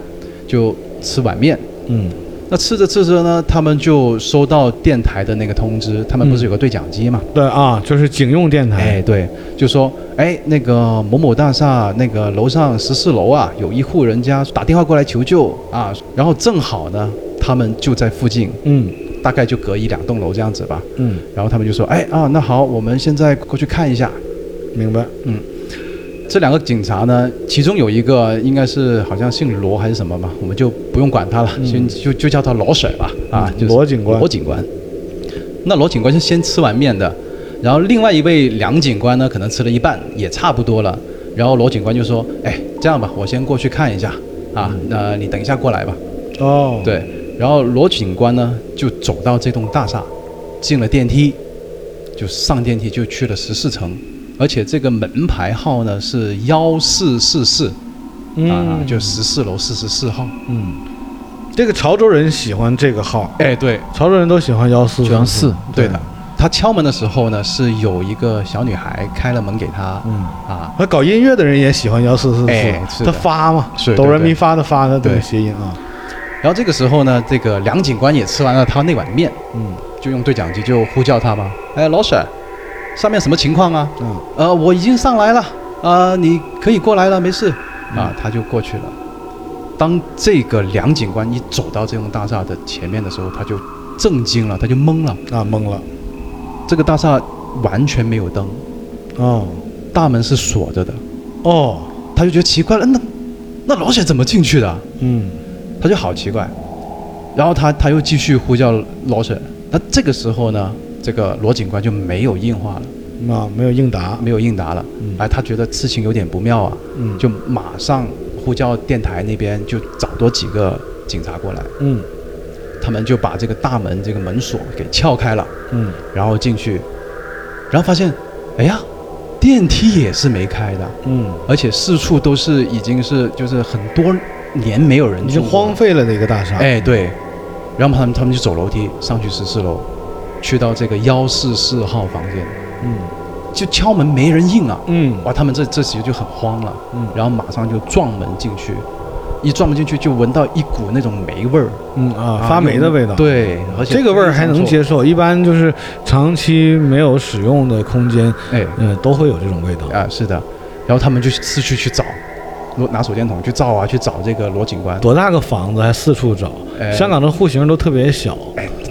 S3: 就吃碗面。
S1: 嗯
S3: 那吃着吃着呢，他们就收到电台的那个通知，他们不是有个对讲机嘛？
S1: 对啊，就是警用电台，
S3: 哎，对，就说，哎，那个某某大厦那个楼上十四楼啊，有一户人家打电话过来求救啊，然后正好呢，他们就在附近，
S1: 嗯
S3: 大概就隔一两栋楼这样子吧。
S1: 嗯，
S3: 然后他们就说，哎啊，那好，我们现在过去看一下。
S1: 明白，
S3: 这两个警察呢，其中有一个应该是好像姓罗还是什么吧，我们就不用管他了，先就就叫他罗婶吧，啊，
S1: 嗯
S3: 就是
S1: 罗警官
S3: 罗警官。那罗警官是先吃碗面的，然后另外一位梁警官呢，可能吃了一半，也差不多了。然后罗警官就说：“哎，这样吧，我先过去看一下啊，
S1: 嗯
S3: 那、你等一下过来吧。
S1: 哦，”，
S3: 对，然后罗警官呢就走到这栋大厦，进了电梯，就上电梯就去了十四层，而且这个门牌号呢是幺四四四啊，
S1: 嗯，
S3: 就十四楼四十四号。
S1: 嗯，这个潮州人喜欢这个号，
S3: 哎，对，
S1: 潮州人都喜欢幺四
S4: 94
S3: 对的。他敲门的时候呢，是有一个小女孩开了门给他
S4: 嗯，
S3: 啊，
S1: 那搞音乐的人也喜欢幺四四
S3: 哎
S1: 四，他
S3: 是的
S1: 发嘛，
S3: 是对
S1: 哆来咪
S3: 对
S1: 发的发的这个
S3: 对
S1: 谐音啊，
S3: 然后这个时候呢，这个梁警官也吃完了他那碗面，
S1: 嗯，
S3: 就用对讲机就呼叫他嘛，哎，老沈，上面什么情况啊？
S1: 嗯，
S3: 呃，我已经上来了，呃，你可以过来了，没事。啊，他就过去了。当这个梁警官一走到这栋大厦的前面的时候，他就震惊了，他就懵了。
S1: 啊懵了，
S3: 这个大厦完全没有灯，
S1: 哦
S3: 大门是锁着的，
S1: 哦，
S3: 他就觉得奇怪了，那那老沈怎么进去的啊？
S1: 嗯
S3: 他就好奇怪。然后他他又继续呼叫老沈，那这个时候呢，这个罗警官就没有应话了，
S1: 啊没有应答，
S3: 没有应答了。
S1: 嗯
S3: 哎，他觉得事情有点不妙啊，
S1: 嗯
S3: 就马上呼叫电台那边就找多几个警察过来，
S1: 嗯
S3: 他们就把这个大门这个门锁给撬开了，
S1: 嗯
S3: 然后进去，然后发现，哎呀，电梯也是没开的，
S1: 嗯，
S3: 而且四处都是已经是就是很多年没有人
S1: 已
S3: 住
S1: 经
S3: 过了
S1: 荒废了的一个大厦，
S3: 哎，对，然后他们他们就走楼梯上去十四楼，去到这个幺四四号房间，
S1: 嗯
S3: 就敲门没人应啊，
S1: 嗯
S3: 哇，他们这这时就很慌了，
S1: 嗯
S3: 然后马上就撞门进去，一撞门进去就闻到一股那种霉味儿，
S1: 嗯啊发霉的味道，。
S3: 对，而且
S1: 这个味儿还能接受，一般就是长期没有使用的空间，
S3: 哎
S1: 嗯，都会有这种味道。
S3: 啊是的，然后他们就四处去找，拿拿手电筒去照啊，去找这个罗警官，
S1: 多大个房子还四处找？
S3: 哎
S1: 香港的户型都特别小，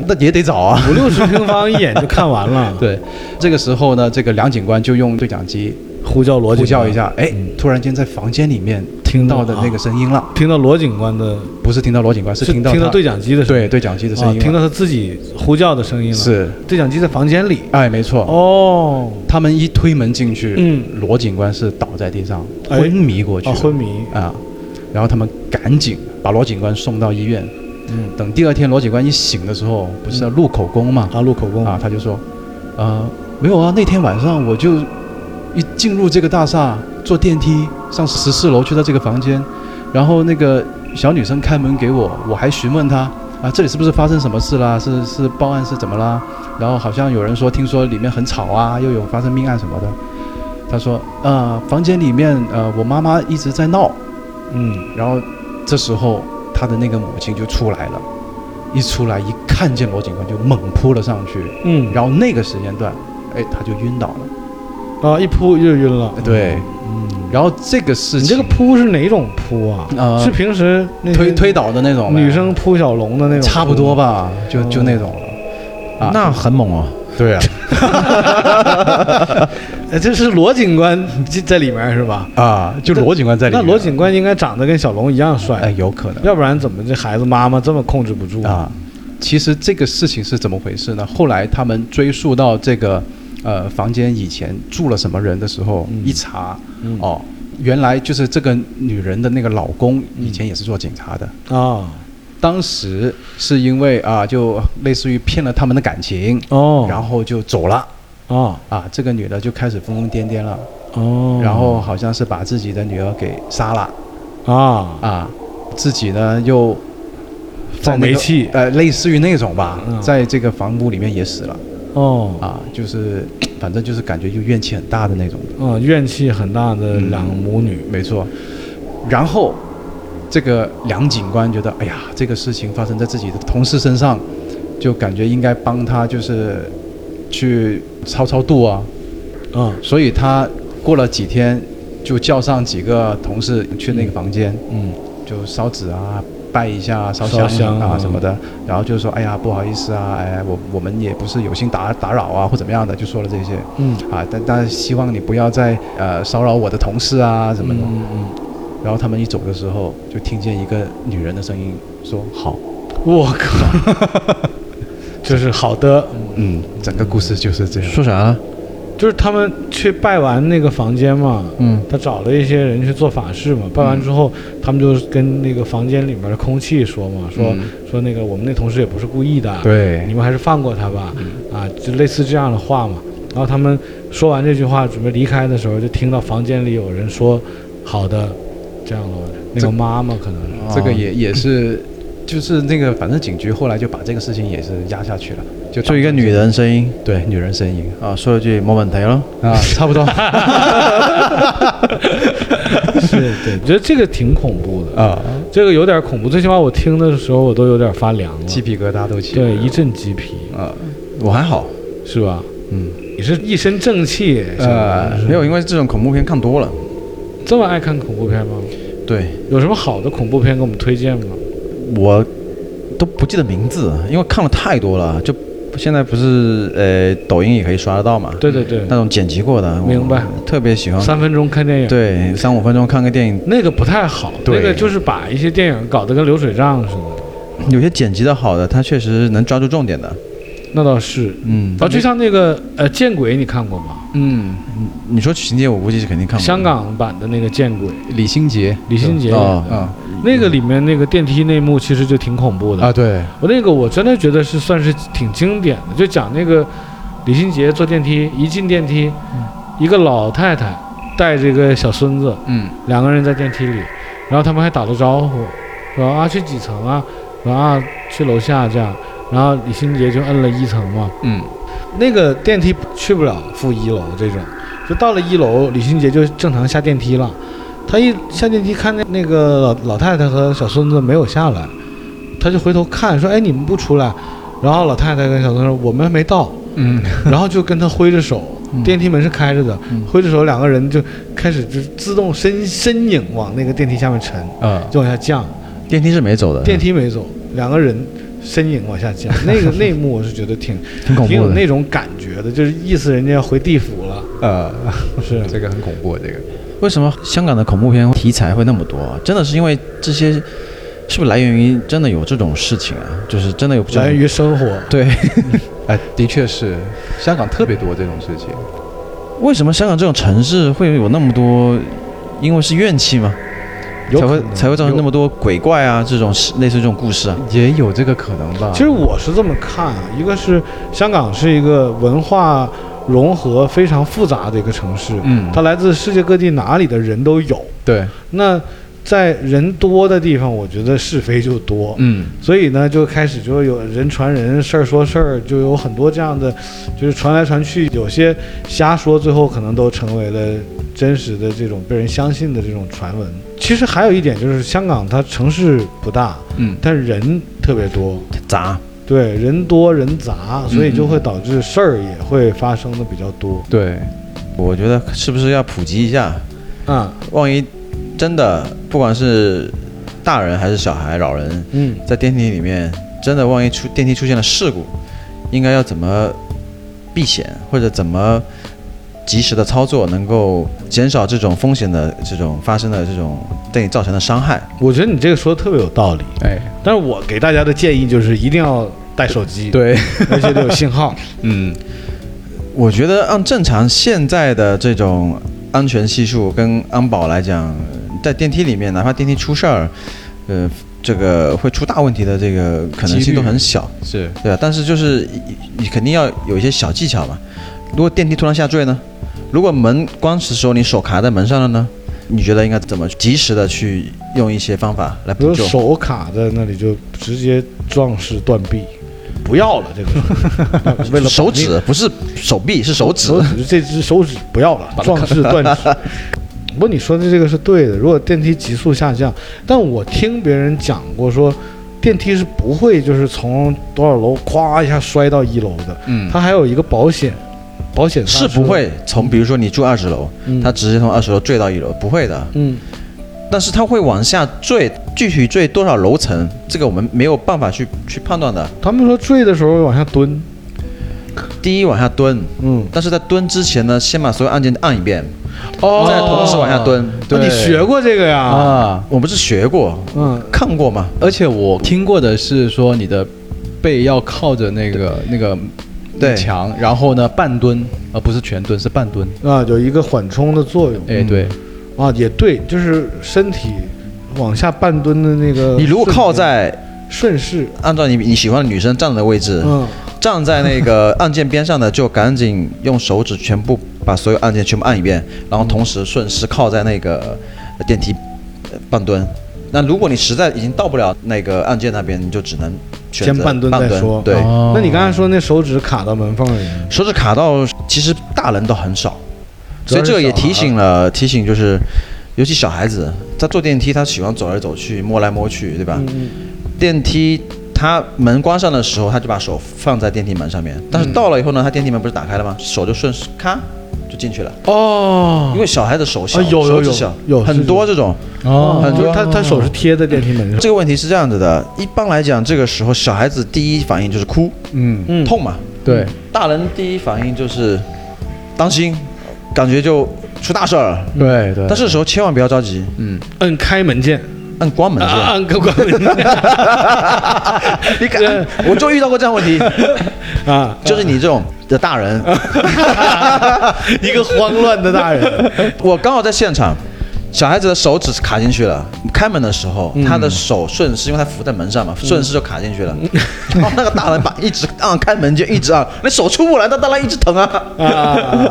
S3: 那也得找啊，。，
S1: 五六十平方一眼就看完了
S3: 对，这个时候呢，这个梁警官就用对讲机
S1: 呼叫罗
S3: 呼
S1: 警官嗯
S3: 叫一，下，哎，突然间在房间里面听到的那个声音了，
S1: 听到罗警官的，
S3: 不是听到罗警官，是听到
S1: 听到
S3: 他
S1: 对讲机的声音
S3: 对对讲机的声
S1: 啊，
S3: 音了，
S1: 听到他自己呼叫的声音了。，
S3: 是，
S1: 对讲机在房间里。
S3: 哎，没错。
S1: 哦，
S3: 他们一推门进去，
S1: 嗯
S3: 罗警官是倒在地上
S1: 哎
S3: 昏迷过去
S1: 啊，
S3: 了
S1: 昏迷。
S3: 啊，然后他们赶紧把罗警官送到医院。
S1: 嗯，
S3: 等第二天罗警官一醒的时候，不是要录口供嘛？
S1: 啊，录口供
S3: 啊，，他就说，呃，没有啊，那天晚上我就一进入这个大厦，坐电梯上十四楼去到这个房间，然后那个小女生开门给我，我还询问她啊，这里是不是发生什么事啦？是是报案是怎么啦？然后好像有人说，听说里面很吵啊，又有发生命案什么的。他说，呃，房间里面呃，我妈妈一直在闹，
S1: 嗯，
S3: 然后这时候他的那个母亲就出来了，一出来一看见罗警官就猛扑了上去，
S1: 嗯，
S3: 然后那个时间段，哎，他就晕倒了。
S1: 啊，一扑就晕了。
S3: 对，
S1: 嗯，
S3: 然后这个事
S1: 你
S3: 情，
S1: 这个扑是哪种扑啊？
S3: 呃
S1: 是平时那些
S3: 推推倒的那种呗
S1: 女生扑小龙的那种，
S3: 差不多。吧，就
S1: 哦
S3: 就那种了。啊
S4: 那很猛哦。
S3: 对啊，
S1: 哎，这是罗警官 这在里面是吧？
S3: 啊，就罗警官在里
S1: 那
S3: 面。
S1: 罗警官应该长得跟小龙一样帅，
S3: 哎，有可能
S1: 要不然怎么这孩子妈妈这么控制不住？
S3: 啊。其实这个事情是怎么回事呢？后来他们追溯到这个呃房间以前住了什么人的时候，
S1: 嗯
S3: 一查
S1: 嗯
S3: 哦，原来就是这个女人的那个老公
S1: 嗯
S3: 以前也是做警察的。
S1: 啊
S3: 当时是因为啊，就类似于骗了他们的感情，
S1: 哦，
S3: 然后就走了
S1: 哦
S3: 啊。这个女的就开始疯疯癫癫了，
S1: 哦，
S3: 然后好像是把自己的女儿给杀了
S1: 啊
S3: 啊，自己呢又
S1: 放
S3: 在那
S1: 煤
S3: 个
S1: 气
S3: 呃，类似于那种吧
S1: 嗯，
S3: 在这个房屋里面也死了
S1: 哦
S3: 啊，就是 反正就是感觉就怨气很大的那种。
S1: 啊，怨气很大的
S3: 嗯
S1: 两母呃女，
S3: 没错。然后这个梁警官觉得，哎呀，这个事情发生在自己的同事身上，就感觉应该帮他，就是去超超度啊。
S1: 啊
S3: 所以他过了几天，就叫上几个同事去那个房间，
S1: 嗯
S3: 就烧纸啊。拜一下，烧
S1: 烧香
S3: 啊
S1: 嗯
S3: 什么的，然后就说，哎呀，不好意思啊，哎，我我们也不是有心打打扰啊，或怎么样的，就说了这些
S1: 嗯
S3: 啊，但但希望你不要再呃骚扰我的同事啊什么的。
S1: 嗯
S3: 然后他们一走的时候，就听见一个女人的声音说：“好。
S1: 嗯，我靠， 就是好的，”
S3: 嗯，整个故事就是这样。
S4: 说啥了？
S1: 就是他们去拜完那个房间嘛。
S4: 嗯，
S1: 他找了一些人去做法事嘛，拜完之后，他们就跟那个房间里面的空气说嘛，说、
S3: 嗯
S1: 说那个我们那同事也不是故意的，啊
S3: 对
S1: 你们还是放过他吧，啊，就类似这样的话嘛。然后他们说完这句话，准备离开的时候，就听到房间里有人说：“好的，这样了。”那个
S3: 这
S4: 哦
S3: 哦
S1: 妈妈可能是
S3: 这个也也是就是那个，反正警局后来就把这个事情也是压下去了，就
S4: 就一个女人声音
S3: 对女人呻吟
S4: 啊，说了句没问题了，
S3: 啊，差不多
S1: 是，对，我觉得这个挺恐怖的，
S3: 啊，
S1: 这个有点恐怖，最起码我听的时候我都有点发凉了，
S3: 鸡皮疙瘩都起来
S1: 对，
S3: 了。
S1: 一阵鸡皮，
S3: 啊，
S4: 我还好，
S1: 是吧？
S4: 嗯，
S1: 你是一身正气，
S3: 呃
S1: 是吧
S4: 没有，因为这种恐怖片看多了，
S1: 这么爱看恐怖片吗？
S4: 对
S1: 有什么好的恐怖片给我们推荐吗？
S4: 我都不记得名字，因为看了太多了，就现在不是呃抖音也可以刷得到嘛，
S1: 对对对，
S4: 那种剪辑过的，我
S1: 明白，
S4: 特别喜欢，
S1: 三分钟看电影，
S4: 对，三五分钟看个电影，
S1: 那个不太好，
S4: 对
S1: 那个就是把一些电影搞得跟流水账似的，
S4: 有些剪辑的好的，它确实能抓住重点的，
S1: 那倒是。
S4: 嗯，
S1: 啊，就像那个呃《见鬼》，你看过吗？
S3: 嗯，
S4: 你说情节，我估计是肯定看过，
S1: 香港版的那个《见鬼》，
S3: 李心洁
S1: 李心洁演
S4: 哦
S1: 的
S3: 啊
S1: 那个里面那个电梯那幕其实就挺恐怖的
S3: 啊，。对，
S1: 我那个我真的觉得是算是挺经典的，就讲那个李心洁坐电梯，一进电梯，
S4: 嗯
S1: 一个老太太带着一个小孙子，
S3: 嗯
S1: 两个人在电梯里，然后他们还打了招呼，说啊去几层啊，说啊去楼下这样，然后李心洁就摁了一层嘛，
S3: 嗯，
S1: 那个电梯去不了负一楼这种，就到了一楼，李心洁就正常下电梯了。她一下电梯看那那个老老太太和小孙子没有下来，她就回头看说：“哎，你们不出来？”然后老太太跟小孙子说：“我们没到。
S3: 嗯，”
S1: 然后就跟他挥着手，
S4: 嗯
S1: 电梯门是开着的，挥着手，两个人就开始就自动身身影往那个电梯下面沉，
S3: 啊，
S1: 就往下降。
S4: 电梯是没走的，
S1: 电梯没走，两个人身影往下降。那个那一幕我是觉得挺
S4: 挺 恐
S1: 挺有
S4: 怖的，
S1: 那种感觉的，就是意思人家要回地府 了，
S3: 呃，
S1: 是
S3: 这个很恐怖，这个
S4: 为什么香港的恐怖片题材会那么多啊？真的是因为这些，是不是来源于真的有这种事情啊？就是真的有这种
S1: 来源于生活。
S4: 对，
S3: 哎，的确是香港特别多这种事情，
S4: 为什么香港这种城市会有那么多？因为是怨气嘛，
S1: 有
S4: 才会
S1: 可能
S4: 才会造成那
S1: 有
S4: 么多鬼怪啊，这种事类似这种故事啊。
S3: 也有这个可能吧。
S1: 其实我是这么看啊，一个是香港是一个文化融合非常复杂的一个城市，
S3: 嗯，
S1: 它来自世界各地哪里的人都有。
S3: 对，
S1: 那在人多的地方，我觉得是非就多。
S3: 嗯
S1: 所以呢，就开始就有人传人，事儿说事儿，就有很多这样的，就是传来传去，有些瞎说，最后可能都成为了真实的这种被人相信的这种传闻。其实还有一点就是，香港它城市不大，
S3: 嗯，
S1: 但人特别多，
S4: 砸，
S1: 对，人多人杂，所以就会导致事儿也会发生的比较多。
S3: 对，
S4: 我觉得是不是要普及一下？
S1: 啊，
S4: 万一真的不管是大人还是小孩、老人，
S1: 嗯，
S4: 在电梯里面真的万一出电梯出现了事故，应该要怎么避险，或者怎么及时的操作，能够减少这种风险的这种发生的这种对你造成的伤害。
S1: 我觉得你这个说的特别有道理，
S3: 哎，
S1: 但是我给大家的建议就是一定要带手机，，
S3: 对，
S1: 而且得有信号。
S3: 嗯
S4: 我觉得按正常现在的这种安全系数跟安保来讲，在电梯里面，哪怕电梯出事儿，呃，这个会出大问题的这个可能性都很小。
S3: 是，
S4: 对啊，但是就是你你肯定要有一些小技巧嘛。如果电梯突然下坠呢？如果门关的时候你手卡在门上了呢？你觉得应该怎么及时的去用一些方法来
S1: 比
S4: 补
S1: 如
S4: 救？
S1: 手卡在那里就直接壮士断臂，不要了这个， 为了
S4: 手
S1: 保命
S4: 指不是手臂，是手指
S1: 手。指这只手指不要了，壮士断指。 不过你说的这个是对的，如果电梯急速下降，但我听别人讲过说，电梯是不会就是从多少楼咵一下摔到一楼的，
S3: 嗯
S1: 它还有一个保险，保险刹
S4: 是
S1: 车
S4: 不，会从，比如说你住二十楼，
S1: 嗯
S4: 它直接从二十楼坠到一楼，不会的。
S1: 嗯
S4: 但是它会往下坠，具体坠多少楼层，这个我们没有办法去去判断的。
S1: 他们说坠的时候往下蹲，
S4: 第一往下蹲，
S1: 嗯，
S4: 但是在蹲之前呢，先把所有按键按一遍，再同时往下蹲。哦
S1: 那啊你学过这个呀？
S3: 啊，
S4: 我不是学过，
S1: 嗯，
S4: 看过吗？
S3: 而且我听过的是说你的背要靠着那个那个
S4: 对
S3: 墙，然后呢半蹲，而不是全蹲，是半蹲。
S1: 啊，有一个缓冲的作用。
S3: 哎，对，
S1: 啊，也对，就是身体往下半蹲的那个。
S4: 你如果靠在
S1: 顺势，
S4: 按照你你喜欢的女生站的位置，
S1: 嗯，
S4: 站在那个按键边上的，就赶紧用手指全部把所有按键全部按一遍，然后同时顺势靠在那个电梯呃半蹲，那如果你实在已经到不了那个按键那边，你就只能选择
S1: 先半蹲再说啊
S4: 对，
S3: 哦
S1: 那你刚才说那手指卡到门缝里，
S4: 手指卡到其实大人都很少，
S1: 啊
S4: 所以这个也提醒了，提醒就是，尤其小孩子，他坐电梯，他喜欢走来走去，摸来摸去，对吧？
S1: 嗯
S4: 电梯他门关上的时候，他就把手放在电梯门上面，但是到了以后呢，他电梯门不是打开了吗？手就顺势咔就进去了，
S3: 哦
S4: 因为小孩子手小，
S1: 啊有有
S4: 手
S1: 有
S4: 指小，
S1: 有是
S4: 很多这种。
S3: 哦，
S1: 很多啊他他手是贴在电梯门上，
S4: 这个问题是这样子的，一般来讲，这个时候小孩子第一反应就是哭，
S3: 嗯，
S1: 嗯，
S4: 痛嘛，
S3: 对，
S4: 大人第一反应就是当心，感觉就出大事儿了。
S3: 对对，
S4: 但是时候千万不要着急，
S3: 嗯，
S1: 摁开门键，
S4: 按关门
S1: 啊
S4: 键。
S1: 摁个关门键
S4: 你敢？我就遇到过这样的问题，
S1: 啊，
S4: 就是你这种的 大人，
S1: 一个慌乱的大人，
S4: 我刚好在现场，小孩子的手指卡进去了。开门的时候，
S1: 嗯
S4: 他的手顺势，因为他扶在门上嘛，顺势就卡进去了。
S1: 嗯
S4: 然后那个大人把一直按开门键，一直按，那手出不来，那当然一直疼啊。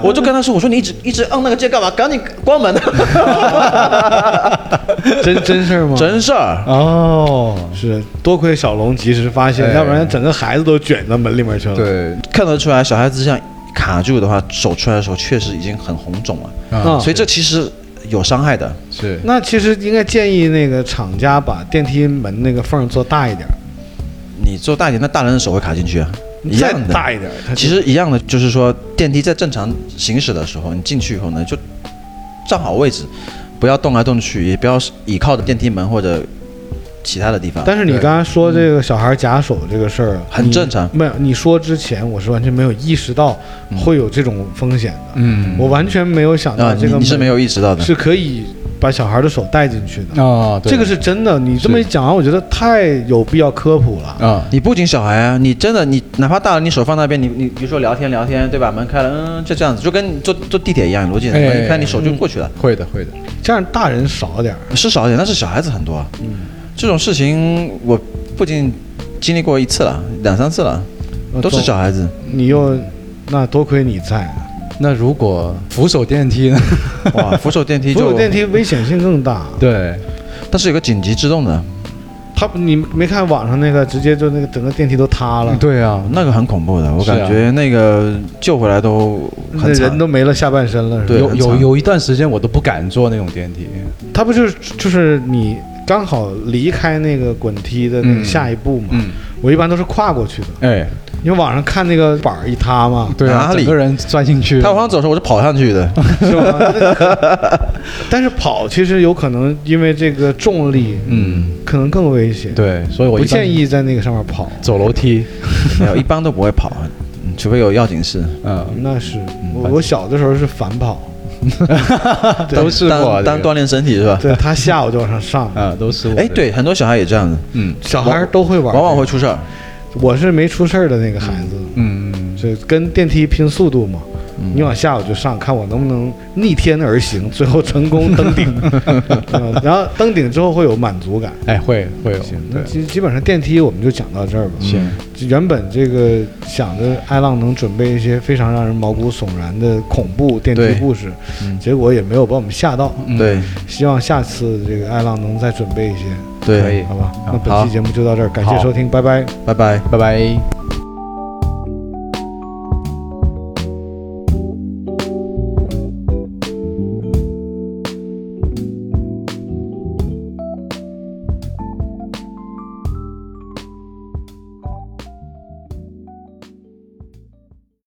S4: 我就跟他说：“我说你一直一直按那个键干嘛？赶紧关门啊！”
S1: 真 真事儿吗？
S4: 真事儿，
S1: 哦，是多亏小龙及时发现，
S3: 哎
S1: 要不然整个孩子都卷到门里面去了。，
S3: 对，
S4: 看得出来，小孩子像卡住的话，手出来的时候确实已经很红肿了。
S1: 啊
S3: 啊，
S4: 所以这其实有伤害的。
S3: 是
S1: 那其实应该建议那个厂家把电梯门那个缝儿做大一点儿，
S4: 你做大一点，那大人的手会卡进去啊，一
S1: 再
S4: 样的。
S1: 大一点儿。它就
S4: 其实一样的，就是说电梯在正常行驶的时候，你进去以后呢，就站好位置，不要动来动去，也不要倚靠着电梯门或者其他的地方。
S1: 但是你刚才说这个小孩夹手这个事儿
S4: 很
S1: 你
S4: 正常
S1: 没有，你说之前我是完全没有意识到会有这种风险的，
S3: 嗯
S1: 我完全没有想
S4: 啊，
S1: 到
S4: 你
S1: 这个
S4: 你是没
S1: 门
S4: 有意识到的。
S1: 是可以把小孩的手带进去的。
S3: 啊，对
S1: 这个是真的，你这么一讲完，我觉得太有必要科普了。
S3: 啊，
S4: 你不仅小孩啊，你真的你哪怕大人，你手放那边，你你比如说聊天聊天，对吧？门开了，嗯，就这样子，就跟你坐坐地铁一样，逻辑的，
S3: 哎
S4: 门一开你手就
S1: 嗯
S4: 过去了。
S3: 会的会的，
S1: 这样大人少点儿，
S4: 是少一点，但是小孩子很多。嗯，这种事情我不仅经历过一次了，两三次了，
S1: 呃
S4: 都是
S1: 总
S4: 小孩子。
S1: 你又那多亏你在，
S3: 那如果扶手电梯呢？
S4: 哇，扶手电梯
S1: 扶
S4: 就
S1: 手电，梯危险性更大。
S3: 对，
S4: 但是有个紧急制动的，
S1: 他你没看网上那个，直接就那个整个电梯都塌了，
S3: 对啊，
S4: 那个很恐怖的，我
S3: 是啊
S4: 感觉那个救回来都
S1: 那
S4: 很
S1: 人
S4: 惨。
S1: 都没了下半身了。是吧
S4: 对
S3: 有
S4: 很
S3: 有
S4: 长
S3: 有一段时间我都不敢坐那种电梯，
S1: 他不就是就是你刚好离开那个滚梯的那个
S3: 嗯
S1: 下一步嘛？
S3: 嗯
S1: 我一般都是跨过去的，
S3: 哎，，
S1: 因为网上看那个板儿一塌嘛
S3: 对啊，
S4: 哪里
S3: 整个人钻进去，
S4: 他往上走的时候，我是跑上去的，
S1: 是吧？那可但是跑其实有可能因为这个重力，
S3: 嗯，
S1: 可能更危险。，
S3: 对，所以我
S1: 不
S3: 一般
S1: 建议在那个上面跑。
S3: 走楼 梯，
S4: 没有，一般都不会跑，嗯除非有要紧事。
S3: 嗯，
S1: 啊那是我
S3: 反
S1: 我小的时候是反跑，对
S3: 都试过
S4: 当当
S3: 这个
S4: 锻炼身体是吧？
S1: 对他吓我就往上上，
S3: 啊，都试过，
S4: 哎，，对，很多小孩也这样子，
S3: 嗯
S1: 小孩儿都会玩，
S4: 往往会。出事儿。
S1: 我是没出事儿的那个孩子，
S3: 嗯，
S1: 就跟电梯拼速度嘛，你往下我就上，看我能不能逆天而行，最后成功登顶。嗯然后登顶之后会有满足感。
S3: 哎，会会有，
S1: 那
S3: 对，
S1: 基基本上电梯我们就讲到这儿吧。
S3: 行，
S1: 原本这个想着艾浪能准备一些非常让人毛骨悚然的恐怖电梯
S4: 对
S1: 故事，
S4: 嗯
S1: 结果也没有把我们吓到。
S3: 嗯
S4: 对
S1: 希望下次这个艾浪能再准备一些，
S3: 可以
S4: 对，嗯
S1: 好吧？那
S4: 好
S1: 本期节目就到这儿，感谢
S3: 好
S1: 收听，拜拜。
S4: 拜拜。
S3: 拜拜。